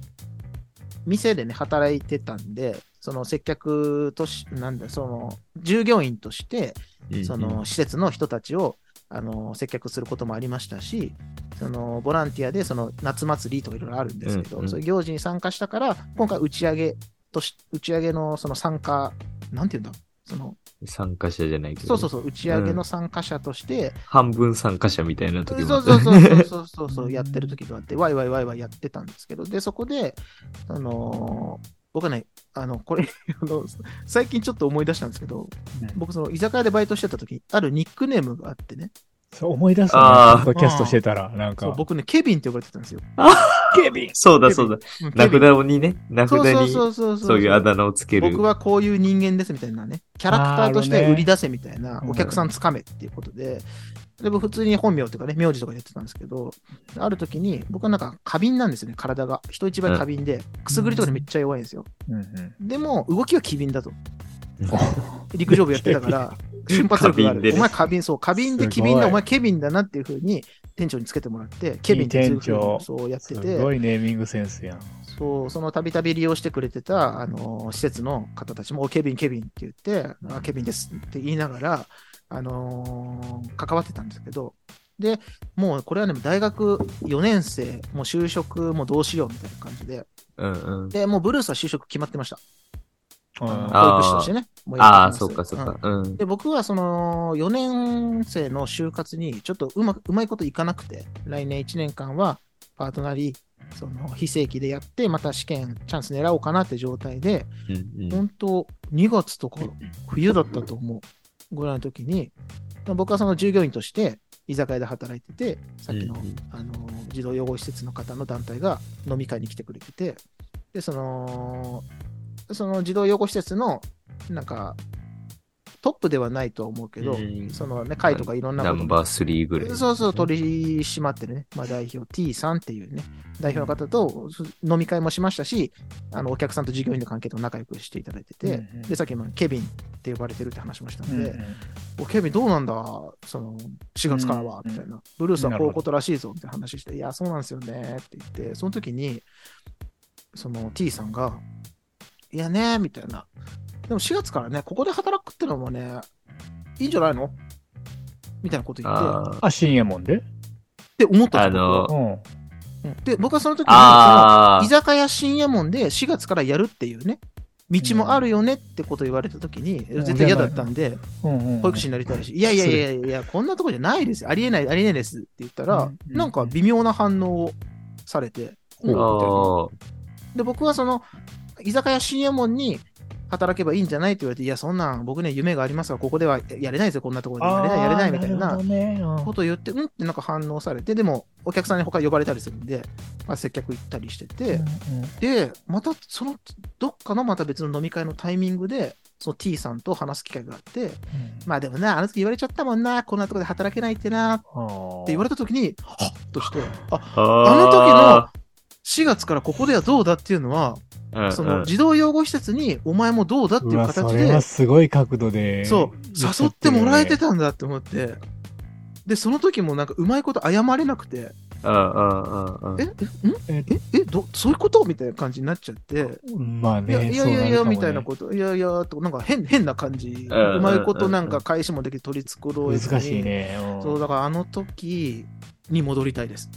B: 店でね、働いてたんで、その接客とし、なんだ、その、従業員として、
D: うん
B: その、施設の人たちを、あの、接客することもありましたし、その、ボランティアで、その、夏祭りとかいろいろあるんですけど、
D: うんうん
B: そういう行事に参加したから、今回打ち上げとし、打ち上げのその参加、なんて言うんだその、
D: 参加者じゃないけど、
B: そうそうそう、打ち上げの参加者として、
D: 半分参加者みたいな時も
B: そ
D: あ
B: う
D: っ
B: そう
D: た
B: そうそうそうそうそうやってる時があって、ワイワイワイワイやってたんですけど、で、そこで、あのー僕はね、あの、これ あの、最近ちょっと思い出したんですけど、僕、その、居酒屋でバイトしてた時に、あるニックネームがあってね、
C: そう思い出すね。
D: あー
C: ポッドキャストしてたら、なん
B: そう
C: か。
B: 僕ね、ケビンって呼ばれてたんですよ。
C: ケビン
D: そうだそうだ。
B: うんケ
D: 名
B: ビン
D: 札にね、名札
B: そうそう
D: に
B: そうそう
D: そういうあだ名をつける。
B: 僕はこういう人間ですみたいなね、キャラクターとし
C: あーあ
B: て
C: るね
B: 売り出せみたいな、お客さんつかめっていうことで、で僕普通に本名というかね、名字とかでやってたんですけど、ある時に、僕はなんか過敏なんですよね、体が。人一倍過敏で、くすぐりとかにめっちゃ弱いんですよ。
C: うんうん。
B: でも、動きは機敏だと。陸上部やってたから、瞬発力が
D: 過
B: あ
D: 敏で
B: る。
D: ね
B: お前過敏、そう、過敏で機敏
C: すご
B: だ、
C: い
B: お前ケビンだなっていうふうに店長につけてもらって、ケビンっていうふう
C: いい店長
B: にそうやって
C: す
B: て。
C: ごいネーミングセンスやん。
B: そう、そのたびたび利用してくれてた、あのー施設の方たちも、おケビン、ケビンって言って、あケビンですって言いながら、あのー関わってたんですけど、で、もうこれはね、大学4年生、もう就職もどうしようみたいな感じで、
D: うんうん。
B: で、もうブルースは就職決まってました。
C: あ
D: あー
B: 保育士としてね。もうやって
D: ああ、
B: ます
D: そうかそう
B: うん
D: か。うん。
B: で、僕はその4年生の就活にちょっとうまくうまいこといかなくて、来年1年間はパートナリー、その非正規でやって、また試験、チャンス狙おうかなって状態で、
D: うんうん
B: 本当、2月とか冬だったと思うぐらいの時に、僕はその従業員として居酒屋で働いてて、さっきの,、
D: うんうん
B: あの児童養護施設の方の団体が飲み会に来てくれてて、で、その、その児童養護施設の、なんか、トップではないとは思うけど、
D: うん
B: そのね、会とかいろんな
D: ナ
B: こと
D: ンバー3ぐらい。
B: そうそう、取り締まってるね、まあ、代表 T さんっていうね、代表の方とそ飲み会もしましたし、あのお客さんと従業員の関係とも仲良くしていただいてて、
C: うんうん
B: でさっきもケビンって呼ばれてるって話もした
C: ー
B: んで、おケビンどうなんだ、その4月からは、
C: うん
B: みたいな、ブルースはこういうことらしいぞみたいな話して、いや、そうなんですよねって言って、その時に、その T さんが、いやね、みたいな、でも4月からね、ここで働くってのもね、いいんじゃないのみたいなこと言って。
D: あ
C: あ、新右衛門で
B: って思った
D: あ、あ
B: んですよ
D: の
C: う、ん。
B: 僕はうんで、僕はその時に、そ
D: あ
B: の居
D: あ、
B: 酒屋深夜門で4月からやるっていうね、道もあるよねってこと言われた時に、
C: ん
B: 絶対嫌だったんで、
C: うんうん
B: 保育士になりたいし、いやいやいやいやいや、こんなとこじゃないですよありえない、ありえないですって言ったら、
C: うんうん
B: なんか微妙な反応をされて、
D: あ
C: ほう
B: で、僕はその、居酒屋深夜門に、働けばいいんじゃないって言われて、いや、そんなん、僕ね、夢がありますが、ここではやれないですよ、こんなところで。やれない、やれない、みたいな。
C: あーるほどね
B: ことを言って、うんってなんか反応されて、でもお客さんに他呼ばれたりするんで、まあ、接客行ったりしてて、
C: うんうん
B: で、またそのどっかのまた別の飲み会のタイミングで、その T さんと話す機会があって、まあでもな、あの時言われちゃったもんな、こんなとこで働けないってなって言われた時に、はっとして、あ、あ
D: あ
B: 4月からここではどうだっていうのは、
D: の時
B: その児童養護施設にお前もどうだっていうう
C: わそ
B: 形
C: れ
B: で
C: は、すごい角度で。
B: そう、誘ってもらえて
C: た。
B: たんだって思って、で、その時もなんかうまいこと謝れなくて、
D: ああ、ああ、ああ
B: え。
C: え
B: ええどそういうことみたいな感じになっちゃって、
C: まあ
B: いや
C: ね、
B: い
C: そ
B: や
C: う
B: い
C: る
B: やい
C: か
B: や、
C: もね
B: みたいなこと、いやいや、と、なんか変変な感じ、
D: うん
B: うまいこ
D: うん
B: となん
D: う
B: か返しもでき取り繕えずに
C: 難しい。ね。うん
B: そう、だからあの時に戻りたいです。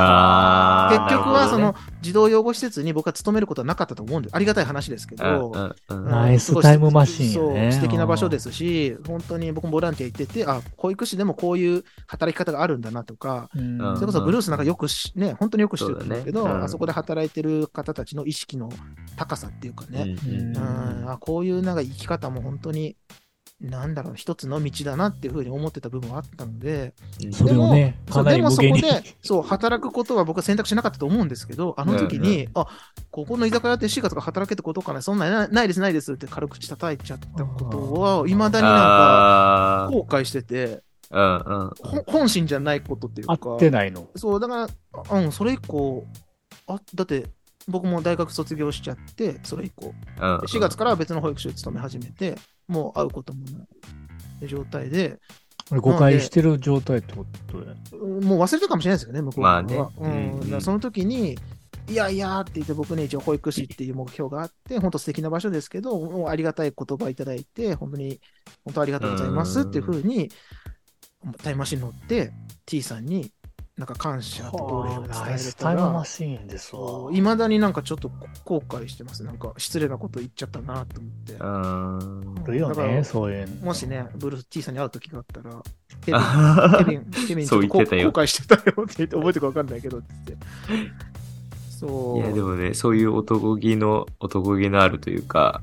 D: あ
B: 結
D: あ。
B: 局はその、児童養護施設に僕は勤めることはなかったと思うんで、ありがたい話ですけど、
D: うんうんうん
B: うん
C: ナイス
B: すごい
C: タイムマシンやね
B: そう、素敵な場所ですし、本当に僕もボランティア行ってて、あ、保育士でもこういう働き方があるんだなとか、
C: うん
D: うん
B: それこそブルースなんかよくし、ね、本当によく知ってるんだけど、
D: そうだねうん
B: あそこで働いてる方たちの意識の高さっていうかね、
D: うんうん
B: うんあこういうなんか生き方も本当に、なんだろう、一つの道だなっていうふうに思ってた部分はあったので、
C: それをね、
B: そ
C: か
B: う
C: な
B: で
C: り
B: も
C: 無
B: そこ
C: 限に。
B: で、そう、働くことは僕は選択しなかったと思うんですけど、あの時に、あ、ここの居酒屋ってシーカとか働けってことかな、そんなんないないです、ないですって軽口叩いちゃったことは、いまだになんか
D: あ
B: 後悔してて、
D: あ。うんうん。
B: ほ本心じゃないことっていう
C: 合
B: か、
C: ってないの。
B: そう、だから、うん、それ以降、あ、だって、僕も大学卒業しちゃって、それ以降、
D: うん
B: 4月からは別の保育所に勤め始めて、もう会うこともない状態で、
C: 俺誤解してる状態ってことだよね
B: うんもう忘れたかもしれないですよね、向こう側
D: ま
B: は。
D: あね
B: うん
D: うん
B: だからその時に、いやいやって言って、僕ね、一応保育士っていう目標があって、本当素敵な場所ですけど、もうありがたい言葉いただいて、本当に、本当ありがとうございますっていうふうに、タイムマシンに乗って、T さんに、なんか感謝とお礼を伝
C: ナイ
B: えれ
C: ス
B: た
C: タイムマ
B: ら、
C: シーンですわ。
B: いまだになんかちょっと後悔してます。なんか失礼なこと言っちゃったなと思って。
D: うん。
C: あるよ
B: だから
C: ね、そういうの。
B: もしね、ブルース T さんに会う時があった ら、ケビン
D: あ
B: ケビン、ケビンち
D: そ
B: ょ
D: う言
B: っと
D: っ
B: こう
D: てたよ
B: 後悔してたよって言って、覚えてるか分かんないけどって言って。そう。
D: いや、でもね、そういう男気の、男気のあるというか、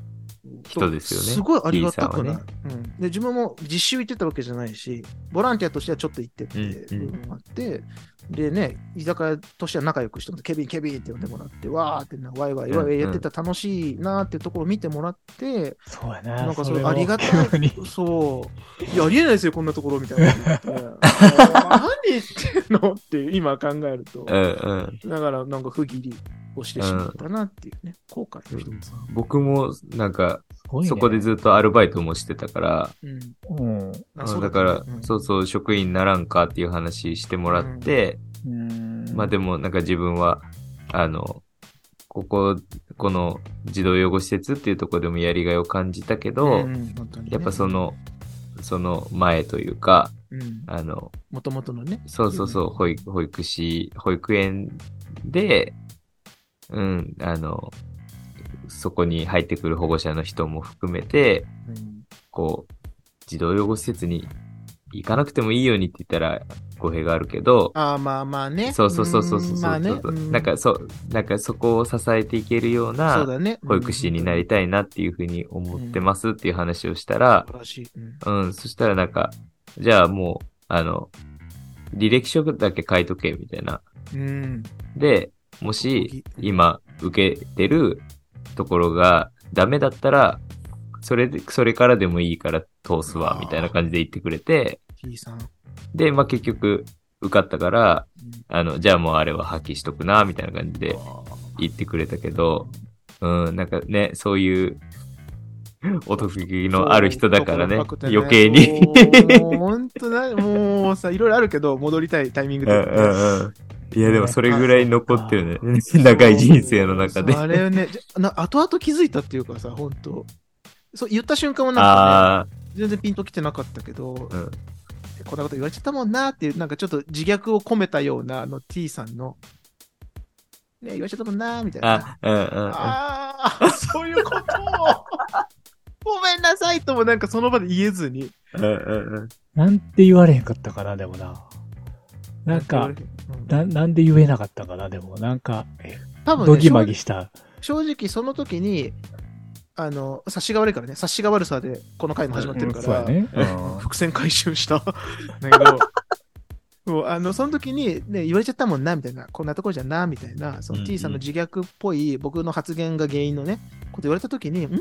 D: 人ですよね
B: すごいありがたくない、
D: T
B: うんで、自分も実習行ってたわけじゃないし、ボランティアとしてはちょっと行ってって
D: うんうん
B: 部分があって、でね、居酒屋としては仲良くしてもらって、ケビン、ケビンって呼んでもらって、わーってな、ワイワイ、ワイワイやってたら楽しいなーっていうところを見てもらって、
C: そうやね。
B: なんかそ
C: れ
B: れ
C: を
B: ありがたい
C: 急 に。
B: そう。いや、ありえないですよ、こんなところみたい なこと言って。何言ってんのって今考えると。
D: うんうん。
B: だから、なんか不義理をしてしまったなっていうね、後悔の一つ。
D: 僕も、なんか、
C: すごいね
D: そこでずっとアルバイトもしてたから、
B: うん。
C: うん。
B: あ
D: う
B: そ
D: ん
B: う
D: だ
B: った
D: か
B: ね
D: ら、
B: ん
D: そうそう、職員にならんかっていう話してもらって、まあでも、なんか自分は、あの、ここ、この児童養護施設っていうところでもやりがいを感じたけど、
B: うん本当にね
D: やっぱその、その前というか、
B: うん
D: あの、
B: もともとのね。
D: そうそうそう、保育保育士、保育園で、うん、あの、そこに入ってくる保護者の人も含めて、
B: うん
D: こう、児童養護施設に行かなくてもいいようにって言ったら語弊があるけど、
B: ああ、まあまあね。
D: そうそうそうそうそうそう、
B: んまあね。う
D: なんかそう、なんかそこを支えていけるよう
B: そう
D: な
B: だね。
D: 保育士になり
B: た
D: たいなっていうふうに思ってますっていう話をしたら
B: 素、晴らしい。うん
D: うん、そしたらなんか、じゃあもう、あの、履歴書だけ書いとけみたいな。
B: うん。
D: で、もし今受けてるところがダメだったら、それで、それからでもいいから通すわ、みたいな感じで言ってくれて、
B: T さん。
D: で、まあ、結局受かったから、あの、じゃあもうあれは破棄しとくな、みたいな感じで言ってくれたけど、うん、なんかね、そう いう、お得意のある人だからね、
B: そう
D: 余計に。。
B: 本当だ、もうさ、いろいろあるけど、戻りたいタイミング
D: う
B: で。
D: んうんうん。いや、でもそれぐらい残ってるね。 長い人生の中で。
B: そうあれよね、じゃな後々気づいたっていうかさ、本当そう言った瞬間はなんか、
D: あ
B: ね、全然ピンときてなかったけど、
D: うん
B: こんなこと言われちゃったもんなっていう、なんかちょっと自虐を込めたような、あの T さんの、ね、言われちゃったもんなみたい
D: あ、
B: な。
D: あ、うんうんうん。
B: ああ、そういうことをごめんなさいともなんかその場で言えずに。
D: うんうんうん
C: なんて言われへんかったかな、でもな。なんか、
B: うん
C: ななんで言えなかったかな、でも。なんか、え
B: 多分ね
C: ドギマギした。
B: 正直その時にあの察しが悪いからね察しが悪さでこの回も始まってるか
C: そう
B: ら、
C: やね。
B: 伏線回収した だけどもうあのその時に、ね、言われちゃったもんなみたいなこんなところじゃなみたいなそ
D: うんう
B: の
D: ん
B: T さんの自虐っぽい僕の発言が原因のねこと言われた時にんっ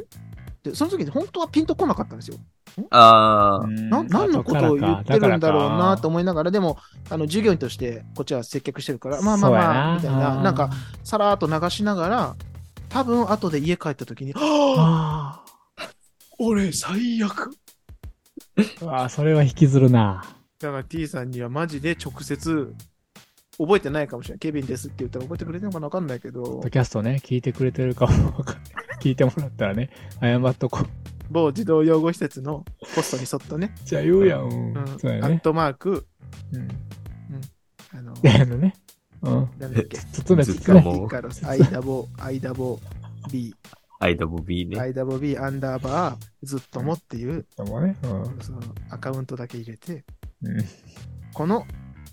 B: てその時に本当はピンとこなかったんですよ
D: あー
C: うん
B: な何のことを言ってるんだろうなと
C: 思
B: 思いながらでもあの従業員としてこっちは接客してるからまあま
C: そ
B: あ
C: うや
B: まあ
C: な
B: みたいななんかさらーっと流しながら多分後で家帰った時 に「はあ
C: あ
B: 俺最悪
C: ーあー、それは引きずるな。」
B: だから T さんにはマジで直接覚えてないかもしれない。ケビンですって言ったら覚えてくれてるのかなわかんないけど
C: ポッ、ドキャストね、聞いてくれてるかもわかんない。聞いてもらったらね、謝っとこう。
B: 某児童養護施設のポストにそっとね、
C: じゃあ言うやん。
B: うん、ア
C: そうやね
B: ッ。トマーク、
C: うん。
B: あ の、
C: で、あのね。うん。
B: なんだっけ、
C: 包め
D: ずっ
C: 包
D: と
C: め。
D: もう
B: イカロ ス、アイダボ、アイダボ B、
D: アイダボ B ね。
B: アイダボ B アンダーバー、ずっともっていう、
C: でもね。うん。
B: そのアカウントだけ入れて、
C: うん
B: こ の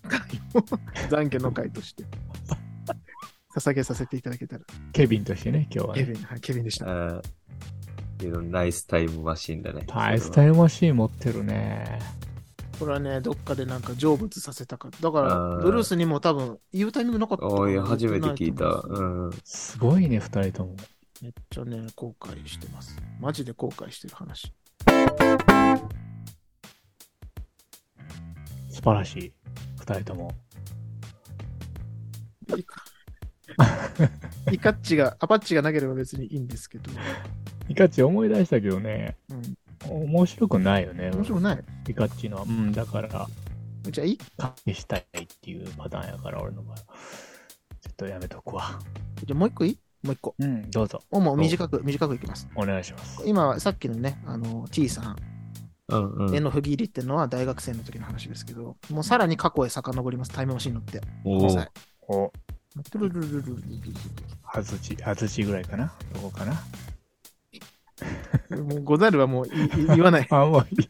B: 回を懺悔の回と して、捧げさせていただけたら、
C: ケビンとしてね、今日は
B: ケ
C: ね。
B: ビン、はいケビンでした。
D: あーけどナイスタイムマシンだね。
C: タイスタイムマシーン持ってるね。
B: これはね、どっかでなんか成仏させたかった。だか
D: あ
B: ら、
D: ー
B: ブルースにも多分言うタイミングなかったかな
D: おい、初めて聞いた。うん。
C: すごいね、二人とも。
B: めっちゃね、後悔してます。マジで後悔してる 話。
C: 素晴らしい。二人とも。
B: イカイカッチが、アパッチがなければ別にいいんですけど、
C: イカッチ思い出したけどね、
B: うん、
C: 面白くないよね。
B: 面白くない。
C: イカッチのは。うん、だから、
B: じゃあ、いい
C: 関係したいっていうパターンやから、俺の場合は。ちょっとやめとくわ。
B: じゃあもう一個いいもう一個。
C: うん、どうぞ。
B: おもう短く、短くいきます。
C: お願いします。
B: 今はさっきのね、あの、T さん、
D: うんう
B: 絵
D: ん。
B: の不義理ってのは大学生の時の話ですけど、もうさらに過去へ遡ります、タイムマシンに乗 って。
D: お
B: 5
D: ー
B: 歳。
C: お、
B: トゥルルルルルルル
C: はずち、はずちぐらいかなどこかな
B: ルルもうござるはもういい言わない。
C: あ、もういい。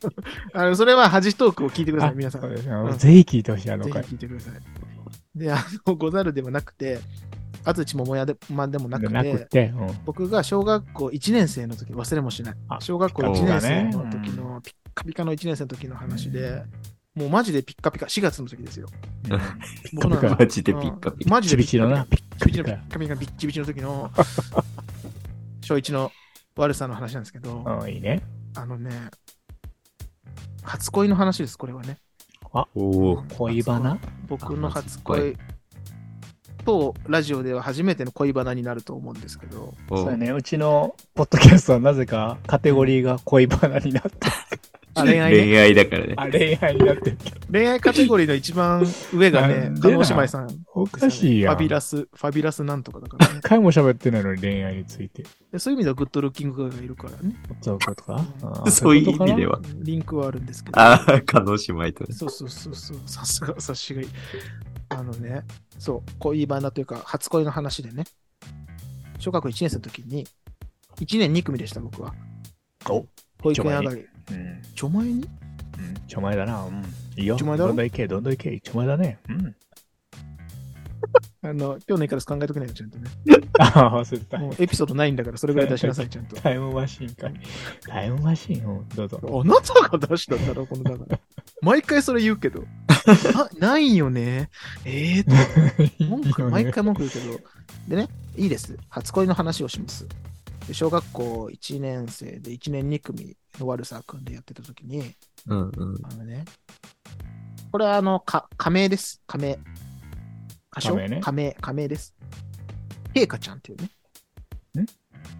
B: あのそれは恥トークを聞いてください、皆さん。
C: そう
B: ぜ
C: ですね
B: うん
C: ぜひ聞いてほしい、あの
B: ひ
C: 回。
B: 聞いてください。で、あの、ござるではなくて、安土桃屋で,、ま、でもな
C: で
B: く
C: なく
B: て、
C: て、うん。
B: 僕が小学校1年生の時、忘れもしない
C: あ。
B: 小学校
D: ピッカピ
B: 1
D: カ
B: 年生
C: ね
B: の時の、ピッカピカの1年生の時の話で、もうマジでピッカピカ、4月の時ですよ。
C: ピッカピ
B: 僕
C: カ
B: なんか
D: マジでピッカピカ。
B: マ
C: ピ
B: ジ
C: チ
B: で
C: ピチのな、ピッ
B: ビッ
C: カ
B: チ
C: ピ
B: の
C: カ
B: ビ。ッカビカビッチビチの時 の小一の悪さの話なんですけど、
C: うん、いいね。
B: あのね、初恋の話です、これはね。
D: おー
C: 恋バナ
B: 僕の初
D: あ
B: 恋とラジオでは初めての恋バナになると思うんですけど、
D: お
C: そうや
D: ー。
C: ね、うちのポッドキャストはなぜかカテゴリーが恋バナになって、
B: あ恋愛、ね、
D: 恋愛だからね。
C: あ恋愛になってるけど。
B: 恋愛カテゴリーの一番上が
C: な
B: ね
C: ん、で
B: 加
C: だ
B: 納姉妹さん。
C: おかしいやん。
B: ファビラス、ファビラスなんとかだから ね
C: 一。回も喋ってないのに恋愛について。
B: でそういう意味ではグッドルッキングガイがいるからね。
C: そういうことかあー
D: そういう意味で
C: こ
D: は。
B: リンクはあるんですけど。
D: ああ、カノ姉妹とね。
B: そうそうそうそう、さすが、察しがいい。あのね、そう、恋バナというか、初恋の話でね、小学校1年生の時に、1年2組でした、僕は。
C: とかお、
B: 保育園上がり。
C: うん、
B: ちょ前に
C: うん、ちょまいだな。うん。いいよ。
B: ちょまいだろ
C: どんどんいけ、どんどんいけ。ちょまいだね。うん。
B: あの、今日のイカラス考えとけないよ、ちゃんとね。
C: ああ、忘れた。
B: もうエピソードないんだから、それぐらい出しなさい、ちゃんと。
C: タイムマシンか。タイムマシンを、うんどうぞ。
B: あなたが出したんだろ、このだ から。毎回それ言うけど。なないよね。ええー、と、文句、 毎回文句言うけど。でね、いいです。初恋の話をします。で小学校1年生で1年2組の悪さ組んでやってた時に、
D: うんうん。
B: あのね、これはあの、か、仮名です。仮名。仮称
C: 仮名ね
B: 仮名、仮名です。陛下ちゃんっていうね。
C: ん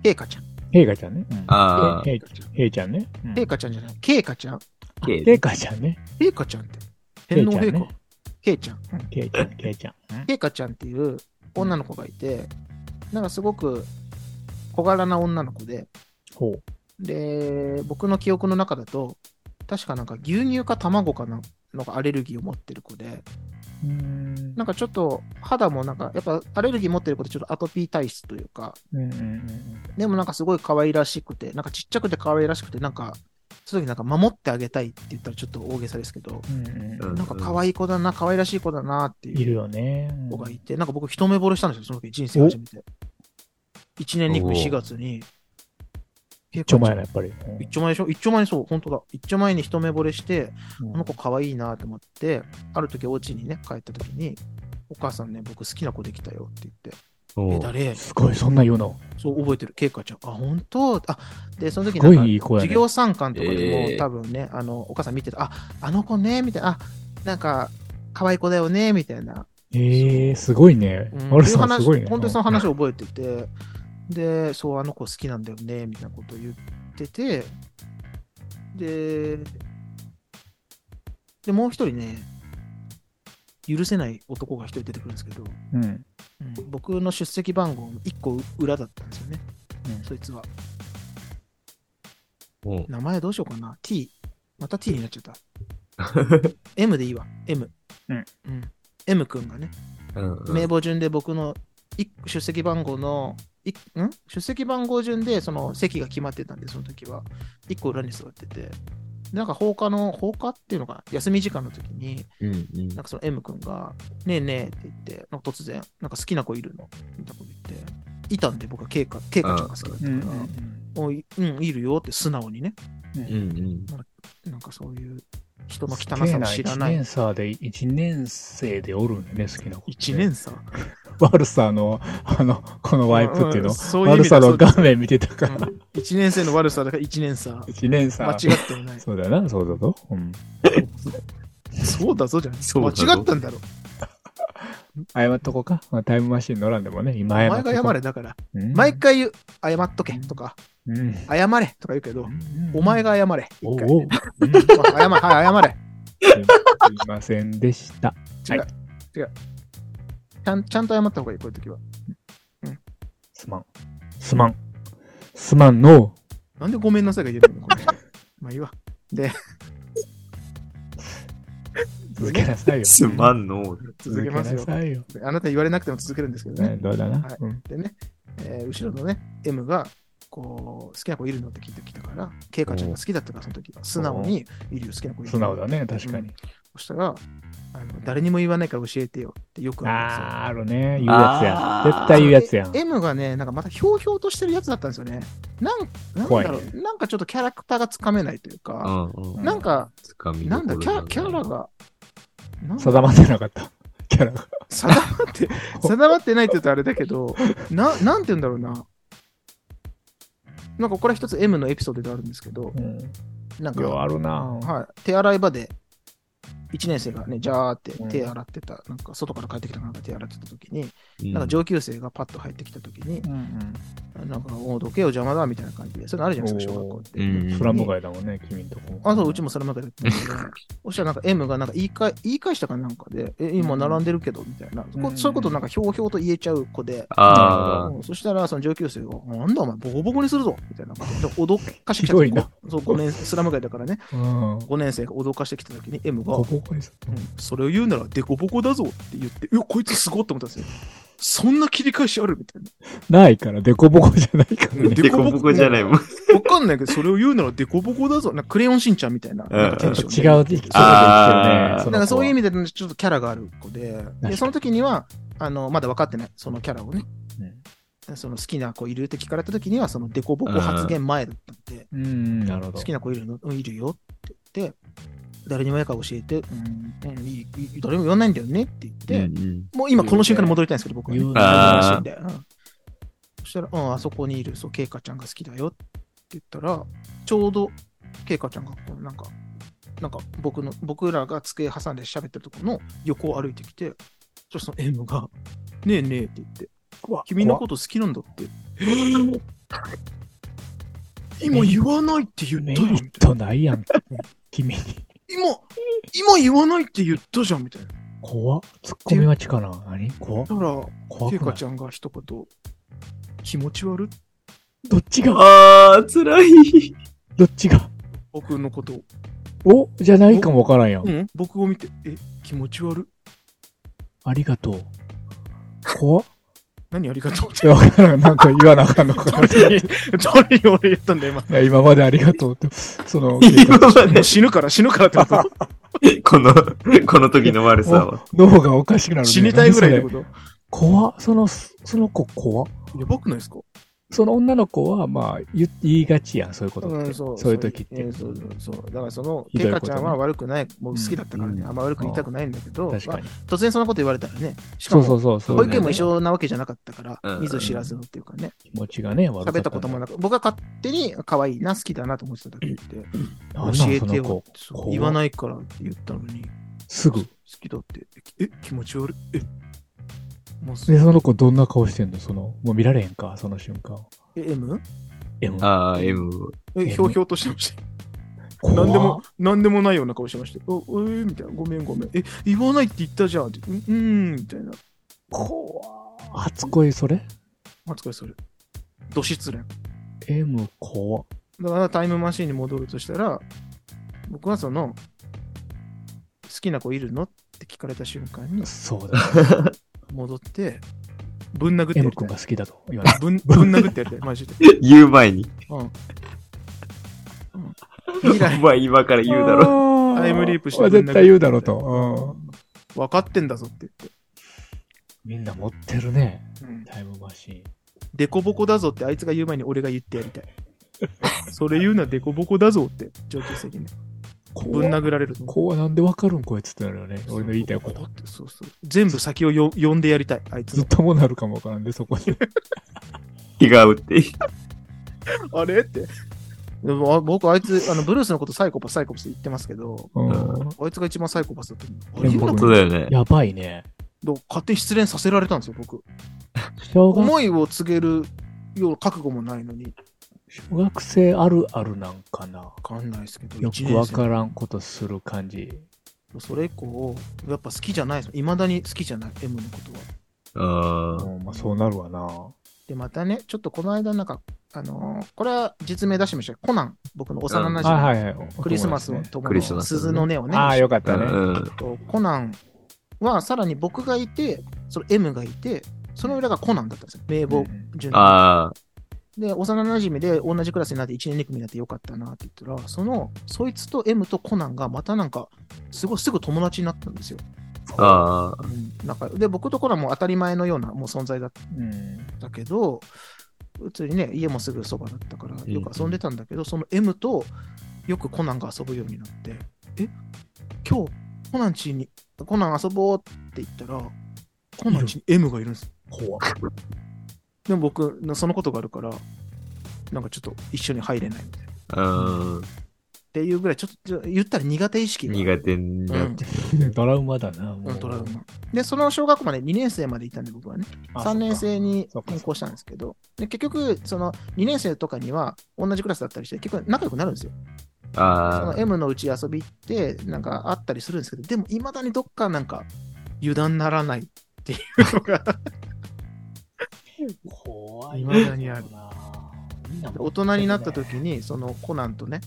B: 陛下ちゃん。
C: ヘイカちゃんね。うん
D: ああ
C: ヘイヘイちゃんね。うん
B: 陛下ちゃんじゃない。陛下ちゃん。
D: ケイ
C: ヘイカちゃんね。
B: 陛下ちゃんって。天皇
C: 陛
B: 陛
C: 下
B: 下
C: ね。
B: 陛ちゃん。
C: ケイちゃん、ケイちゃん。うん
B: ケイカちゃんっていう女の子がいて、なんかすごく小柄な女の子で、
C: ほう。
B: で、僕の記憶の中だと、確かなんか牛乳か卵かなのがアレルギーを持ってる子で、
C: うん
B: なんかちょっと肌もなんか、やっぱアレルギー持ってる子ってちょっとアトピー体質というか、
C: うんうんうん
B: でもなんかすごい可愛らしくて、なんかちっちゃくて可愛らしくて、なんか、その時なんか守ってあげたいって言ったらちょっと大げさですけど、
C: うんうんうん
B: なんか可愛い子だな、可愛らしい子だなっていう
C: いるよね。
B: 子がいて、なんか僕一目惚れしたんですよ、その時、人生初めて。1年2組4月に。結
C: ちょまいだ、やっぱり。
B: 一丁前でしょ一丁前にそう、本当だ。一丁前に一目惚れして、
C: うん
B: この子可愛いなと思って、ある時お家にね、帰った時に、お母さんね、僕好きな子できたよって言
D: お
B: って、
D: ー
B: え、誰
C: すごい、そんなん言うの。
B: そう覚えてる、ケイカちゃん。あ、本当あ、で、その時
C: すごい
B: なんか
C: いい子やね
B: 授業参観とかでも、
D: えー
B: 多分ね、あの、お母さん見てた、あ、あの子ね、みたいな、あ、なんか、可愛い子だよね、みたいな
C: ええー、すごいね
B: うん。
C: 丸
B: っていう
C: さん、
B: 話
C: すごいね。
B: 本当にその話を覚えてて、で、そう、あの子好きなんだよね、みたいなことを言ってて、で、で、もう一人ね、許せない男が一人出てくるんですけど、
C: うん。
B: うん、僕の出席番号の1個裏だったんですよね、
C: うん
B: そいつは。
D: も
B: 名前どうしようかな ?T。また T になっちゃ った。M でいいわ。M。
C: うん。
B: うん、M 君がね、
D: う、うんうん
B: 名簿順で僕のい出席番号の、いん出席番号順でその席が決まってたんで、その時は。1個裏に座ってて。なんか放課の、放課っていうのかな休み時間の時に、
D: うんうん
B: なんかその M 君が、ねえねえって言って、なんか突然、なんか好きな子いるのみたいなこと言って、いたんで僕はケイカ、ケイカちゃんが好きだったか
C: うん。
B: ら、おい、うん、いるよって素直にね、
D: うんうん
B: なんかそういう人の汚さを知らな
C: 1
B: い
C: 年。生で、一年生でおるんだね、好きな子。
B: 一年差
C: 悪さの、あの、このワイプっていうの。
B: そ
C: 悪さの画
B: 面
C: 面見てたから。
B: 一年生の悪さだから一年差。
C: 一年生
B: 間違。っても ない。
C: そうだな、そうだぞ。うん。
B: そうだぞじゃん。
D: そうだぞ
B: 間違ったんだろ。
C: 謝っとこうか。まあ、タイムマシン乗らんでもね、今謝
B: お
C: っとこ
B: 前
C: う。
B: が謝れだから。
C: うん。
B: 毎回言う、謝っとけとか、
C: うん。
B: 謝れとか言うけど、お前
C: が。
B: が謝れ。
C: お
B: 一回。
C: うおう。うん
B: まあ謝れ、はい、謝れ。
C: すいませんでした。
B: 違う、違うちゃん。ちゃんと謝った方がいい、こういう時は。
C: すまん。すまん。すまんの。
B: なんでごめんなさいが言えるのこれ。 まあいいわ。
C: 続けなさいよ。
D: すまんの。
B: 続けますよ
C: 続。なさいよ。
B: あなたに言われなくても続けるんですけどね
C: ね。どうだな
B: はい。
C: うん
B: でね、えー後ろのね、M が、こう、好きな子いるのって聞いてきたから、ケイカちゃんが好きだったから、その時は、素直に、いるよ、好きな子いる
C: 素直だね、確かに。
B: そしたら、あの誰にも言わないから教えてよってよくあ
C: あー、あるね。言うやつや
D: あ。ー
C: 絶対言うやつや
B: るんですよ。M がね、なんかまたひょうひょうとしてるやつだったんですよね。なんなんだ
C: 怖い
B: ろ
C: ね
B: う、なんかちょっとキャラクターがつかめないという
D: う
B: か、
D: んうん。
B: なんか、
D: つかみど
B: なん
D: こ
B: だ、
D: ろ
B: キャキャラ。が、なんだ
C: 定まってなかった。 キャラが。
B: 定まって、 定まってないって言うとあれだけど、ななんて言うんだろうな。なんかこれは一つ M のエピソードであるんですけど、
C: うん。
B: なん
C: よう
B: か、
C: あるな。
B: はい、手洗い場で、1年生がね、ジャーって手洗ってた、なんか外から帰ってきたなんか手洗ってた時に、
D: うん
B: なんか上級生がパッと入ってきた時に
C: う、ん
B: なんか、おうどけよ邪魔だみたいな感じで、それあるじゃないですか、小学校って。
D: うん
C: うん。スラム街だもんね、君んとこも。
B: あ、そう、うちもそれまでやってたんで、そしたらなんか M がなんか言いか言い返したかなんかで、え、今並んでるけど、みたいな、
C: うん
B: こそういうことなんかひょうひょうと言えちゃう子で、
D: あ
B: うんそしたらその上級生が、なんだお前、ボコボコにするぞみたいな感じで、脅かしてきた
C: ひどいな
B: そう5年、スラム街だからね、
C: うん。
B: 5年生が脅かしてきた時に M が、
C: ボコボコです。
B: うんそれを言うならデコボコだぞって言って、うわ、こいつすごいって思ったんですよ。そんな切り返しあるみたいな。
C: ないから、デコボコじゃないから
D: あ。
C: ね。
D: でこぼこじゃないもん。
B: わかんないけど、それを言うならデコボコだぞ。なんかクレヨンしんちゃんみたいな。なんかテ
C: や
B: ン
C: っ
B: シ
C: ぱ
B: ョン
C: 違う
B: で
C: 生き方してるね。
B: なんかそういう意
C: 味。
B: 味でちょっとキャラがある子で、
C: か
B: で
C: に
B: その時にはあのまだ分かってない、そのキャラをね、その好きな子いるって聞かれた時には、そのデコボコ発言前だったんで、
C: うん、なるほど
B: 好。きな子いるのうんいるよって言って、誰にもやから教えて、うんうんいいいい誰も言わないんだよねって言って、
D: うん
B: もう今この瞬間に戻りたいんですけど、僕は、ね。
C: 言うね
B: らしいんで。うんそしたら、うん、あそこにいる、そう、ケイカちゃんが好きだよって言ったら、ちょうど、ケイカちゃんが、こうなんか、なんか、僕の、僕らが机挟んで喋ってるところの横を歩いてきて、そしたらその M が、ねえねえって言って、君のこと好きなんだって。今言わないって言
C: メ
B: っ
C: リ
B: たじゃん、み
C: ッ
B: たいな。
C: トないやん。君に。
B: 今、今言わないって言ったじゃん、みたいな。
C: 怖っ。ツッコミ待ちかな。何怖っ
B: だから、
C: 怖
B: ケイ
C: くな
B: カ
C: い
B: ちゃんが一言、気持ち悪っ
C: どっちが
D: ああ、辛い。
C: どっちが
B: 僕のことを、
C: おじゃないかもわからんやん
B: う。ん、僕を見て、え、気持ち悪い。
C: ありがとう。怖っ。
B: 何ありがとう っ
C: い
B: て。
C: や、わからん。なんか言わなあかんのかな。い
B: 誰に、誰に俺言ったんだよ、今。
C: や、今までありがとうって。そ の、
D: 今ま
B: も
D: で
B: う死ぬから、死ぬからって こ
D: この、この時の悪さは。
C: 脳がおかしくなる
B: と。
C: ね。
B: 死にたいぐらいってこ
C: 何 それ
B: と。
C: 怖っ。その、その子怖っ。
B: やばくないですか
C: その女の子は、まあ、言言いがちやん、そういうことって。そういう時って。
B: えーそうそうそう。だからその、
C: ひど
B: ケ
C: い
B: イ
C: ことね
B: カちゃんは悪くない、もう好きだったからね、
C: うん
B: あんま悪く言いたくないんだけど、
C: 確
B: ま
C: か
B: あ
C: に。
B: 突然そんなこと言われたらね、しか
C: そう
B: も、
C: そうそうそう。
B: 保育園も一緒なわけじゃなかったか
D: うんう
B: ら、
D: ん
B: 見ず知らずのっていうかね、
C: 気持ちがね、悪か
B: 喋ったこともなく、僕は勝手に可愛いな、好きだなと思ってただけで、教
C: なんなんその
B: えて
C: 子
B: よってそう
C: 怖
B: 言わないからって言ったのに、
C: すぐ
B: 好。きだって。え、気持ち悪い。え、もうす
C: で、その子どんな顔してんのその、もう見られへんか、その瞬間。
B: え M?
C: え、もう
D: ああ、M。
B: え、
C: M
B: ひょうひょうとしてました。
D: 怖っ
B: 何でも、何でもないような顔してましたよ。おえー、みたいな。ごめんごめん。え、言わないって言ったじゃん。ってうん、うーん、みたいな。
C: 怖っ初恋それ
B: 扱いする。ど失恋。
C: ?M 怖っ
B: だからタイムマシーンに戻るとしたら、僕はその、好きな子いるのって聞かれた瞬間に
C: そうだ。
B: 戻って、ぶん殴ってや
C: M
B: り
C: 君
B: た
C: が
B: い。
C: 好きだと言 われ
B: ぶんぶん殴ってやりたい、マジで。
D: 言う前に。
B: うん。うん、未
D: お
B: 来、
D: 前今から言うだろ。
C: ろ
B: タイムリープして
C: 絶対言うだろうと。うん
B: 分かってんだぞって言っ
C: みんな持ってるね。
B: て。うん。
C: タイムマシン。
B: デコボコだぞってあいつが言う前に俺が言ってやりたい。それ言うな、デコボコだぞって、上級生にね。ぶん
C: こ
B: 殴られると思う。
C: うなんでわかるんこいつってなるよね。俺の言いたいこと。
B: そうそう。全部先をよ呼んでやりたい、あいつ
C: ず
B: の
C: っ。ともなるかもわからんで、そこに。
D: 気が合うって。
B: あれって。でもあ僕、あいつ、あのブルースのことサイコパス、サイコパスって言ってますけど、
C: うん
B: あいつが一番サイコパスだと思う。あ
C: で
B: れ
C: も
D: 本当だよね。
C: やばいね。
B: だから勝手に失恋させられたんですよ、僕。
C: 小学
B: 思いを告げるような覚悟もないのに。
C: 小学生あるあるなんかな。
B: わかんないですけど、
C: よ
B: 一
C: く
B: 年
C: わ
B: 生
C: からんことする感じ。
B: それ以降、やっぱ好きじゃないです。いまだに好きじゃない、M のことは。
D: あー
C: うんまあそうなるわな。
B: で、またね、ちょっとこの間、なんか、あのーこれは実名出してみましたけどコナン、僕の幼なじみ、
C: あはいはい。
B: クリスマス
C: を
B: の友
D: クリス
B: の
D: マスのね
B: 鈴の音をね、
C: ああ、よかった
D: う
C: ね。
D: んうん。
B: とコナンはさらに僕がいて、その M がいて、その裏がコナンだったんですよ。名簿順に
D: あ
B: で、幼なじみで同じクラスになって1年2組になってよかったなって言ったら、その、そいつと M とコナンがまたなんか、すごいすぐ友達になったんですよ。
D: あ、ああ。
B: うん、なんかで、僕とコナンも当たり前のようなもう存在だっ
C: うん。
B: たけど、普通にね、家もすぐそばだったから、よく遊んでたんだけど、その M とよくコナンが遊ぶようになって、え今日、コナン家に、コナン遊ぼうって言ったら、コナン家に M がいるんですよ
C: 怖っ
B: でも僕、そのことがあるから、なんかちょっと一緒に入れないみたいな。
D: うん。
B: っていうぐらい、ちょっとちょ言ったら苦手意識が
D: 苦手になって。
C: トラウマだな。
B: う
C: も
B: ん、
C: う
B: トラウマ。で、その小学校まで2年生までいたんで、僕はね、
C: あ
B: 3年。生に
C: そっか
B: 転校したんですけど、で結局、その2年生とかには同じクラスだったりして、結構仲良くなるんですよ。そ
D: あ
B: の M のうち遊び行って、なんかあったりするんですけど、でも、いまだにどっかなんか油断ならないっていうの が、
C: 怖い。
B: 未だにある
C: な。みんな
B: 大人になった時に、そのコナンとね、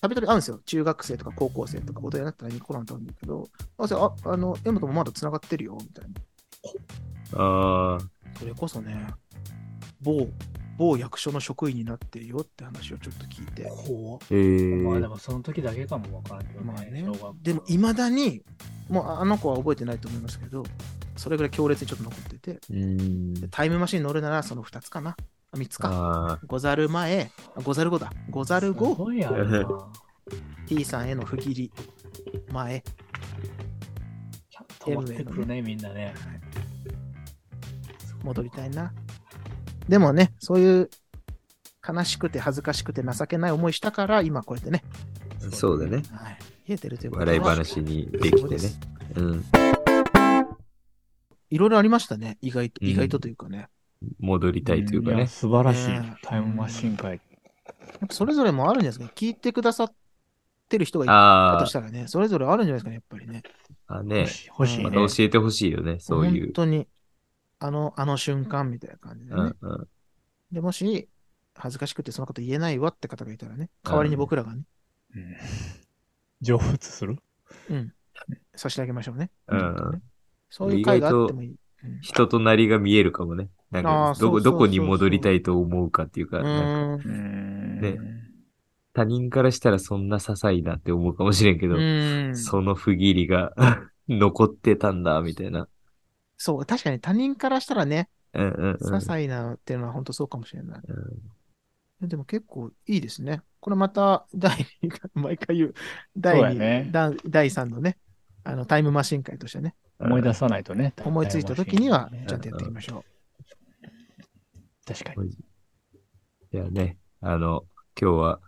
B: たびたび会うんですよ。中学生とか高校生とか、大人になったらコナンと会うんだけど、あ、そうああの、M ともまだ繋がってるよ、みたいな。
D: あ。ああ。
B: それこそね、某、某役所の職員になってるよって話をちょっと聞いて、
C: 怖っ
D: え
C: まあで
D: え。
C: もその時だけかもわからんけどね。
B: まあね
C: 小学校、
B: でもいまだに、もうああの子は覚えてないと思いますけど、それぐらい強烈にちょっと残ってて、
D: うん。
B: でタイムマシン乗るならその2つかな、3つか。
D: あ
B: ござる前、あござる後だ、ござる
C: す
B: 後、
C: ごいあるな。
B: T さんへの不義理、前、
C: ちゃんと持ってくるね、みんなね。
B: 戻りたいな。でもね、そういう悲しくて恥ずかしくて情けない思いしたから、今こうやってね、
D: あ。そうだね。
B: はい、冷えてるということは
D: 笑い話にできてね。うん。
B: いろいろありましたね、意外と、
D: うん
B: 意外とというかね。
D: 戻りたいというか
C: や
D: ね。
C: 素晴らし
B: ね
C: い。タイムマシン界。
B: やっぱそれぞれもあるんじゃないですか、聞いてくださってる人がいたと
D: あ
B: したらね、それぞれあるんじゃないですかね、やっぱりね。
D: あ。あね。
C: 欲しい
D: ま
C: ね
D: た。教えてほしいよね。そうい
B: 本
D: う。
B: 当に、あの、あの瞬間みたいな感じで
D: う
B: ね
D: ん。うん。
B: で、もし、恥ずかしくてそのこと言えないわって方がいたらね、代わりに僕らがね、
C: うん成仏する
B: 差し上げましょうね。
D: うん
B: そういう会があってもいい。
D: 人となりが見えるかもね。なんか
B: あ
D: どこ、
B: ー、そうそうそうそう
D: どこに戻りたいと思うかっていう
B: う
D: か、なんか
B: ーん。
D: ね
C: ね
D: 他人からしたらそんな些細なって思うかもしれんけ
B: う
D: ど、
B: ーん
D: その不義理が 残ってたんだ、みたいな。
B: そう、確かに他人からしたらね、
D: うんうん
B: 些
D: うん。
B: 細なっていうのは本当そうかもしれない。でも結構いいですね。これまた第2回、毎回言う、第
C: そうやね
B: 2、だ第3のね、あのタイムマシン会としてね、
C: 思い出さないとね。
B: 思いついた時には
C: タイムマシンね、
B: ちゃんとやっていきましょ
C: 確かに。
D: いやね、あの、今日 は、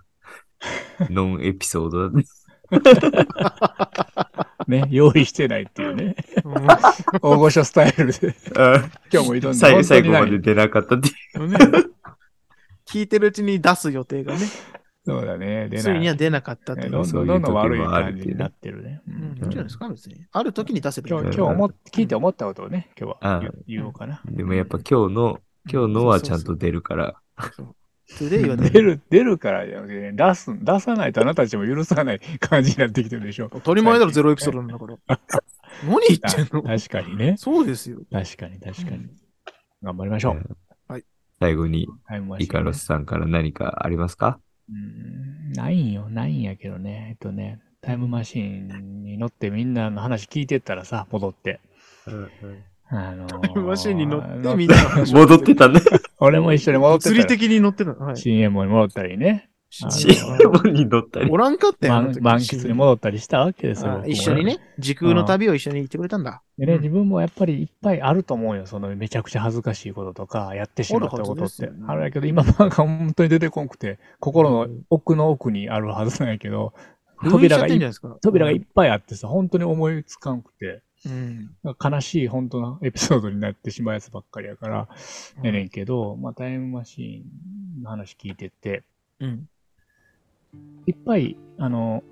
D: ノンエピソードだね。
C: ね、用意してないってい うね。
B: う。
C: 大御所スタイル で、今日も挑んで。
D: 最後最後ま
C: 本当
D: で
C: に
D: 出なかったっていう。
B: うんね聞いてるうちに出す予定がね、
C: そうだね。出
B: ついに
C: な。
B: はい出なかったという。
C: ねどん
D: そ
C: ど
D: うんいう
C: どんどん
D: 時も
C: 悪い
D: あるっ
C: 感
D: ていう
C: じになってるね。う
B: うんん、いいんじゃないですか、別に。ある時に出せばいい
C: 今
B: ん
C: 日
B: だ
C: 今
B: よ
C: 日思っ聞いて思ったことをね、今日は言
D: う
C: う言おうかな。
D: でもやっぱ今日の、今日のはちゃんと出るから、
B: トゥデイは
C: 出
B: ね、
C: る、出るからじゃなくてね、出す、出さないとあなたたちも許さない感じになってきてるでしょ。
B: 当たり前だろ、ゼロエピソードなんだから。何言ってんの
C: 確かにね。
B: そうですよ。
C: 確かに、確かに。頑張りましょう。
D: 最後に
C: タイムマシン
D: イカロスさんから何かありますか
C: うんないんよ、ないんやけどね。えっとね、タイムマシンに乗ってみんなの話聞いてったらさ、戻って。あのー
B: タイムマシンに乗って
C: 乗
B: みんなの話を
D: 戻ってたね。
C: 俺も一緒に戻って
B: 物
C: ったら
B: 理的に乗ってたの。はい
C: CM に戻ったりね。あの
D: シー ボンに乗ったり。
B: おらんかったよ、あ
C: 満
B: の時
C: 満喫に戻ったりしたわけですよ。
B: あ
C: 僕も
B: 一緒に。ね、時空の旅を一緒に行ってくれたんだ。
C: でね、自分もやっぱりいっぱいあると思うよ。そのめちゃくちゃ恥ずかしいこととか、やってしまったこ
B: ある
C: と
B: は
C: っ
B: ずです
C: て
B: よね。
C: あるやけど、今なんか本当に出てこんくて、心の奥の奥にあるはずなんやけど、扉が
B: いいん
C: い
B: じゃないですか。
C: 扉がいっぱいあってさ、本当に思いつかんくて、
B: うん。
C: 悲しい本当のエピソードになってしまうやつばっかりやから、
B: うん
C: やねんけど、まあタイムマシーンの話聞いてて、
B: うん。
C: いっぱい、あの、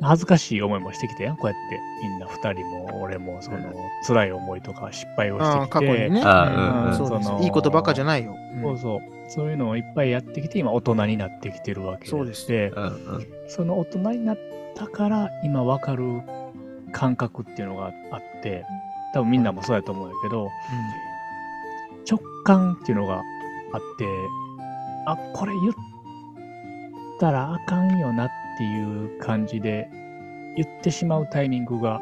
C: 恥ずかしい思いもしてきたやん。こうやって、みんな二人も俺も、その、辛い思いとか失敗をして
B: あ
C: き
B: あ、
C: て。
B: 過去にね。
D: あ
B: うん
D: うん
B: そうです
C: そ
B: よ
C: の
B: いいことばっかじゃないよ。うん
C: そうそう。そういうのをいっぱいやってきて、今大人になってきてるわけ
B: そうです
C: で
D: うんうん
C: その大人になったから、今わかる感覚っていうのがあって、多分みんなもそうやと思うんだけど、直感っていうのがあって、あ、これ言ったらあかんよなっていう感じで、言ってしまうタイミングが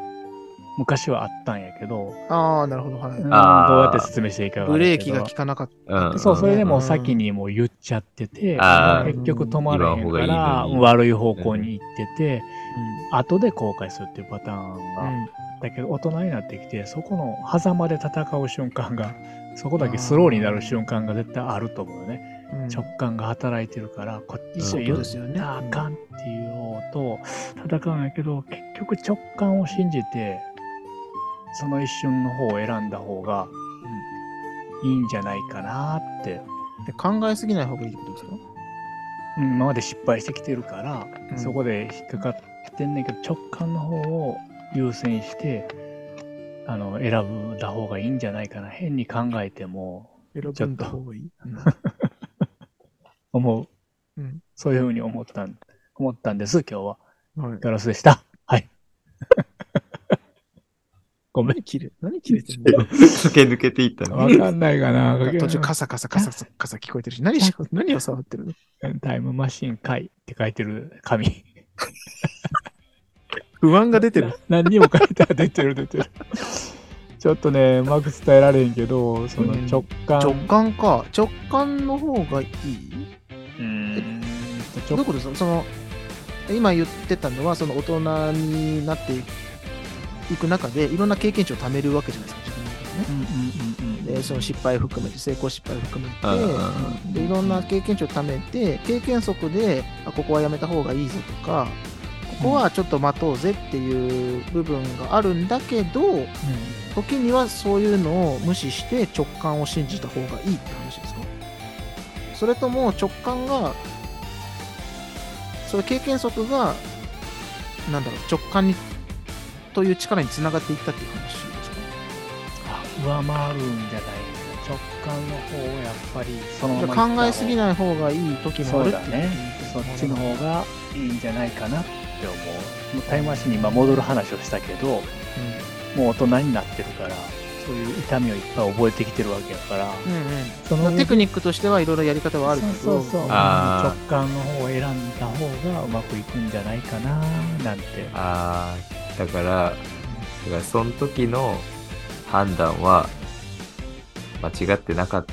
C: 昔はあったんやけど、
B: うんああ、なるほど。はい
C: うんどう
D: あー
C: やって説明していいかわか
B: ブ
C: らな
B: レ
C: い
B: ー
C: け
B: キ
C: ど
B: が効かなかった。
D: うんうん。
C: そう、それでも
B: う
C: うん先にもう言っちゃってて、
D: あー
C: 結局止まらへんか
D: 言わ
C: ら、
D: ん方がいいね
C: 悪い方向に行ってて、後で後悔するっていうパターンが、だけど大人になってきて、そこの狭間で戦う瞬間が、そこだけスローになる瞬間が絶対あると思うよね。
B: うんうん
C: 直感が働いてるから、こっちを
B: そ
C: 言
B: う
C: っ
B: ですよね。
C: たらあかんっていうのと戦うんやけど、結局直感を信じて、その一瞬の方を選んだ方がいいんじゃないかなって。
B: で考えすぎない方がいいってことですよ。
C: うん今まで失敗してきてるから、
B: うん
C: そこで引っかかってんねんけど、直感の方を優先して、あの、選ぶだ方がいいんじゃないかな。変に考えても
B: 選ぶんだ方がいい。うん
C: 思う。
B: うん
C: そういうふうに思ったん、思ったんです、今日は。
B: はい。
C: ガラスでした。はい。 ごめん。
B: 何切れ、何切れてん の
D: 駆け抜けていった
C: わ
D: の。
C: かんないかな。
B: なんか途中カサカサカサカサカサ聞こえてるし、何し何を触ってるの
C: タイムマシン回って書いてる紙。
B: 不安が出てる。
C: 何にも書いてある。出てる出てる。ちょっとね、うまく伝えられへんけど、その
B: うん
C: 直感。
B: 直感か。直感の方がいい
C: うん
B: どういうことですかその、今言ってたのは、その大人になっていく中で、いろんな経験値を貯めるわけじゃないですか、自分の中でね。
C: うんうんうんうん
B: でその失敗を含めて成功失敗を含め
D: うんうん
B: てでいろんな経験値を貯めて経験則であここはやめた方がいいぞとかここはちょっと待とうぜっていう部分があるんだけど時にはそういうのを無視して直感を信じた方がいいって話ですかそれとも直感がそれ経験則がなんだろう直感にという力につながっていったっていう話ですか
C: あ上回るんじゃないか。直感の方をやっぱりそのまま行った方
B: 考えすぎない方がいい時も
C: そ
B: ある
C: う
B: って
C: だね。そっちの方がいいんじゃないかなって思う。もうタイムマシンに今戻る話をしたけど、もう大人になってるから、そういう痛みをいっぱい覚えてきてるわけやから、
B: うんうんうん
C: そ
B: ま
C: の
B: あテクニックとしてはいろいろやり方はあるけど
C: そうそうそう直
D: あ
C: 感の方を選んだ方がうまくいくんじゃないかななんて。
D: ああ、だから、だからその時の判断は間違ってなかっ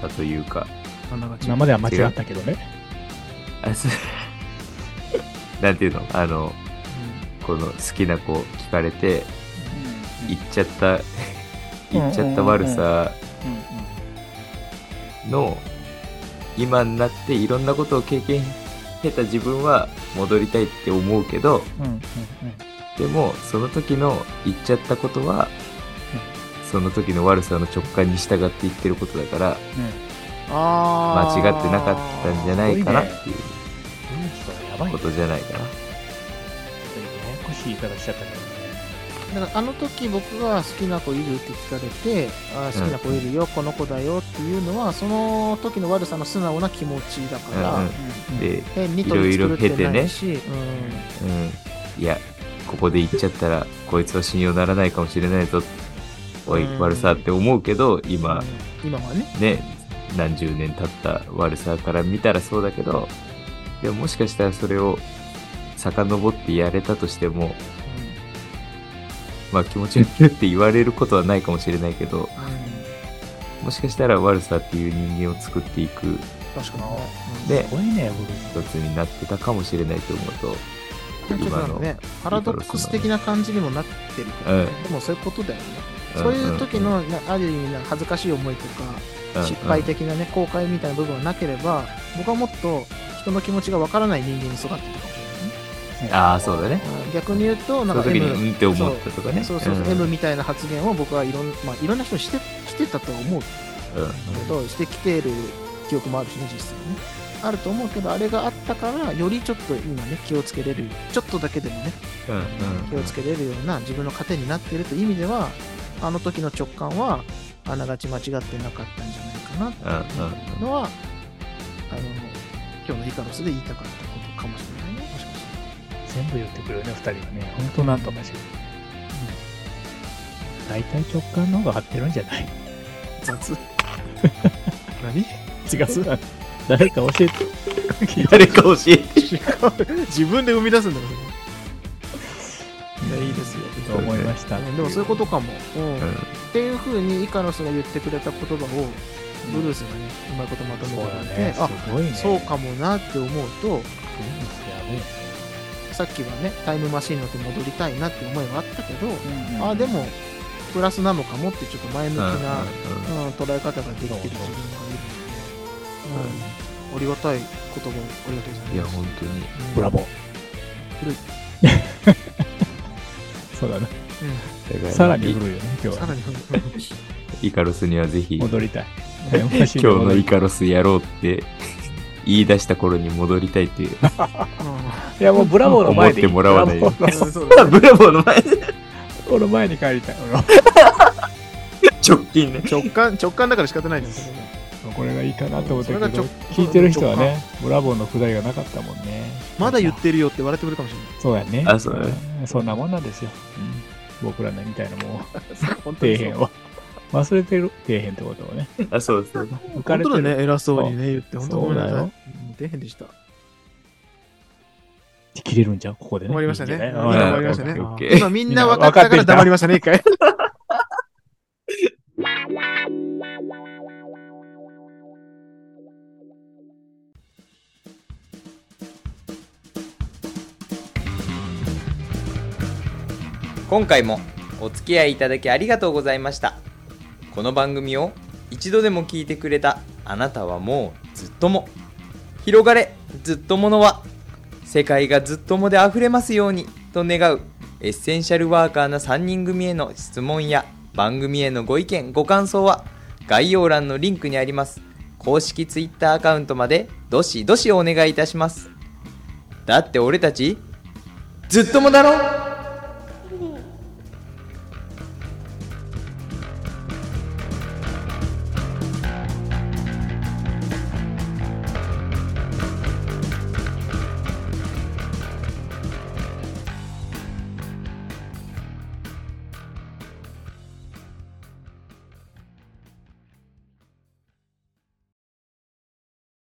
D: たというか、
B: あながち
C: 今までは間違ったけどね。
D: あそうなんていうのあの、この好きな子聞かれて、言っちゃった、言っちゃった悪さの、今になっていろんなことを経験経た自分は戻りたいって思うけど、
C: うんうんうん
D: でもその時の言っちゃったことは、その時の悪さの直感に従って言ってることだから、
C: うん
B: あ
D: 間
B: ー
D: 違ってなかったんじゃないかなっていう
C: それやばい
D: こ
C: ね。ち
D: と
C: ょ
D: じゃないかな。
C: っとややこしい言い方しちゃったけどね。
B: だからあの時僕が好きな子いるって聞かれて、あー好きな子いるよ、この子だよっていうのは、その時の悪さの素直な気持ちだから、
D: うんうんで、
B: 変に取り繕ってないし、
D: うん、いや、ここで言っちゃったら、こいつは信用ならないかもしれないぞ。おい、
B: うん
D: 悪さって思うけど、
B: うん
D: 今、
B: 今はね、
D: ね、何十年経った悪さから見たらそうだけど、でももしかしたらそれを遡ってやれたとしても、まあ気持ち悪いって言われることはないかもしれないけど、
B: うん
D: もしかしたら悪さっていう人間を作っていく
B: 確かにね。
D: で
C: すごいね、ブルー
D: 一つになってたかもしれないと思うと、
B: うんちょっとな
D: 今
B: んか
D: の、
B: ね、パラドックス的な感じにもなってるけど、ねでもそういうことだよね。そういう時の、なある意味な恥ずかしい思いとか、失敗的なね、後悔みたいな部分はなければ、僕はもっと人の気持ちがわからない人間に育ってたかもし
C: スね
D: ああ、そうだね。
B: れないね。うん逆に言うと、
D: そ
B: な
D: の
B: んか
D: 時に、
B: M
D: うんって思ったとかね。
B: そうそうそう、
D: ん
B: M みたいな発言を僕はいろん,、まあ、いろんな人にしてしてたとは思う
D: うん
B: けど、してきている記憶もあるしね、実際ね。あると思うけど、あれがあったから、よりちょっと今ね、気をつけれる、ちょっとだけでもね、
D: うんうん
B: 気をつけれるような自分の糧になっているという意味では、あの時の直感は、あながち間違ってなかったんじゃないかなっていうのは、あの今日のイカロスで言いたかったことかもしれないね、もしかしたら。
C: 全部言ってくるよね、二人はね。本当なんとかしら。大体直感の方が合ってるんじゃない
B: 雑。
C: 何違う。誰か教えて。聞いた
D: 誰か教えて。
B: 自分で生み出すんだろうね。いや、いいですよ。
C: と思いました。
B: うんでもそういうことかも。うん
D: うん
B: っていうふうにイカロスが言ってくれた言葉をブルースがね、うまいことまと
C: そう
B: めて
C: だ
B: くれて、
C: ね。
B: あ
C: すごいね。
B: そうかもなって思うと
C: うん。や
B: さっきはねタイムマシン乗って戻りたいなって思いはあったけど、
C: べえ
B: あでもプラスなのかもってちょっと前向き
D: うんうん
B: な、うん捉え方ができてる自分がいるので、うん、ありがたい言葉をありがとうござい
D: うんいや、
B: ます。
D: 本当に。
B: うん
C: ブラボー
B: 古い。
C: そうだな。
D: だから
C: さらに古いよね、今
B: うん
C: 日
B: さ
C: は
B: ら。に、うん
D: イカロスにはぜひ、今
C: 戻りたい。
D: 日のイカロスやろうって、言い出した頃に戻りたいっていう。
C: いや、もうブラボーの前でいい。
D: 思ってもらわない
C: ブラボー
B: うん そうだね
D: ブラボーの前で
C: の俺前に帰りたい。 俺は
D: 直近ね。
B: 直感直感だから仕方ないですよね。
C: これがいいかなと思っ
B: そ
C: たけど
B: れがちょ、
C: 聞いてる人はね、ブラボーのくだりがなかったもんね。
B: まだ言ってるよって笑ってくるかもしれない。
C: そうやね。
D: あそうだね
C: んそんなもんなんですよ。うん僕らね、みたいなもん。
B: 本当
C: 底
B: に
C: 辺
B: そう
C: は。忘れてる底辺ってことをね。
D: あ、そうそう。
C: 浮
B: 本
C: かれ
B: 当
C: て
B: だ
C: る。
B: ね、偉そうにね、言って、本当ごめんなさい。
C: そうだ
B: うん
C: よ
B: 底辺でした。
C: 切れるんじゃん、ここでね。
B: 終わりましたね。
C: いいん
B: み
C: じ
B: んな
C: ゃな
D: みん
B: 終わり
C: い
D: 終
B: ましたね
D: オッ。ケー
B: 今みんな分かったから黙りましたね、一回。
F: 今回もお付き合いいただきありがとうございましたこの番組を一度でも聞いてくれたあなたはもうずっとも広がれずっとものは世界がずっともであふれますようにと願うエッセンシャルワーカーな3人組への質問や番組へのご意見ご感想は概要欄のリンクにあります公式 Twitter アカウントまでどしどしお願いいたしますだって俺たちずっともだろ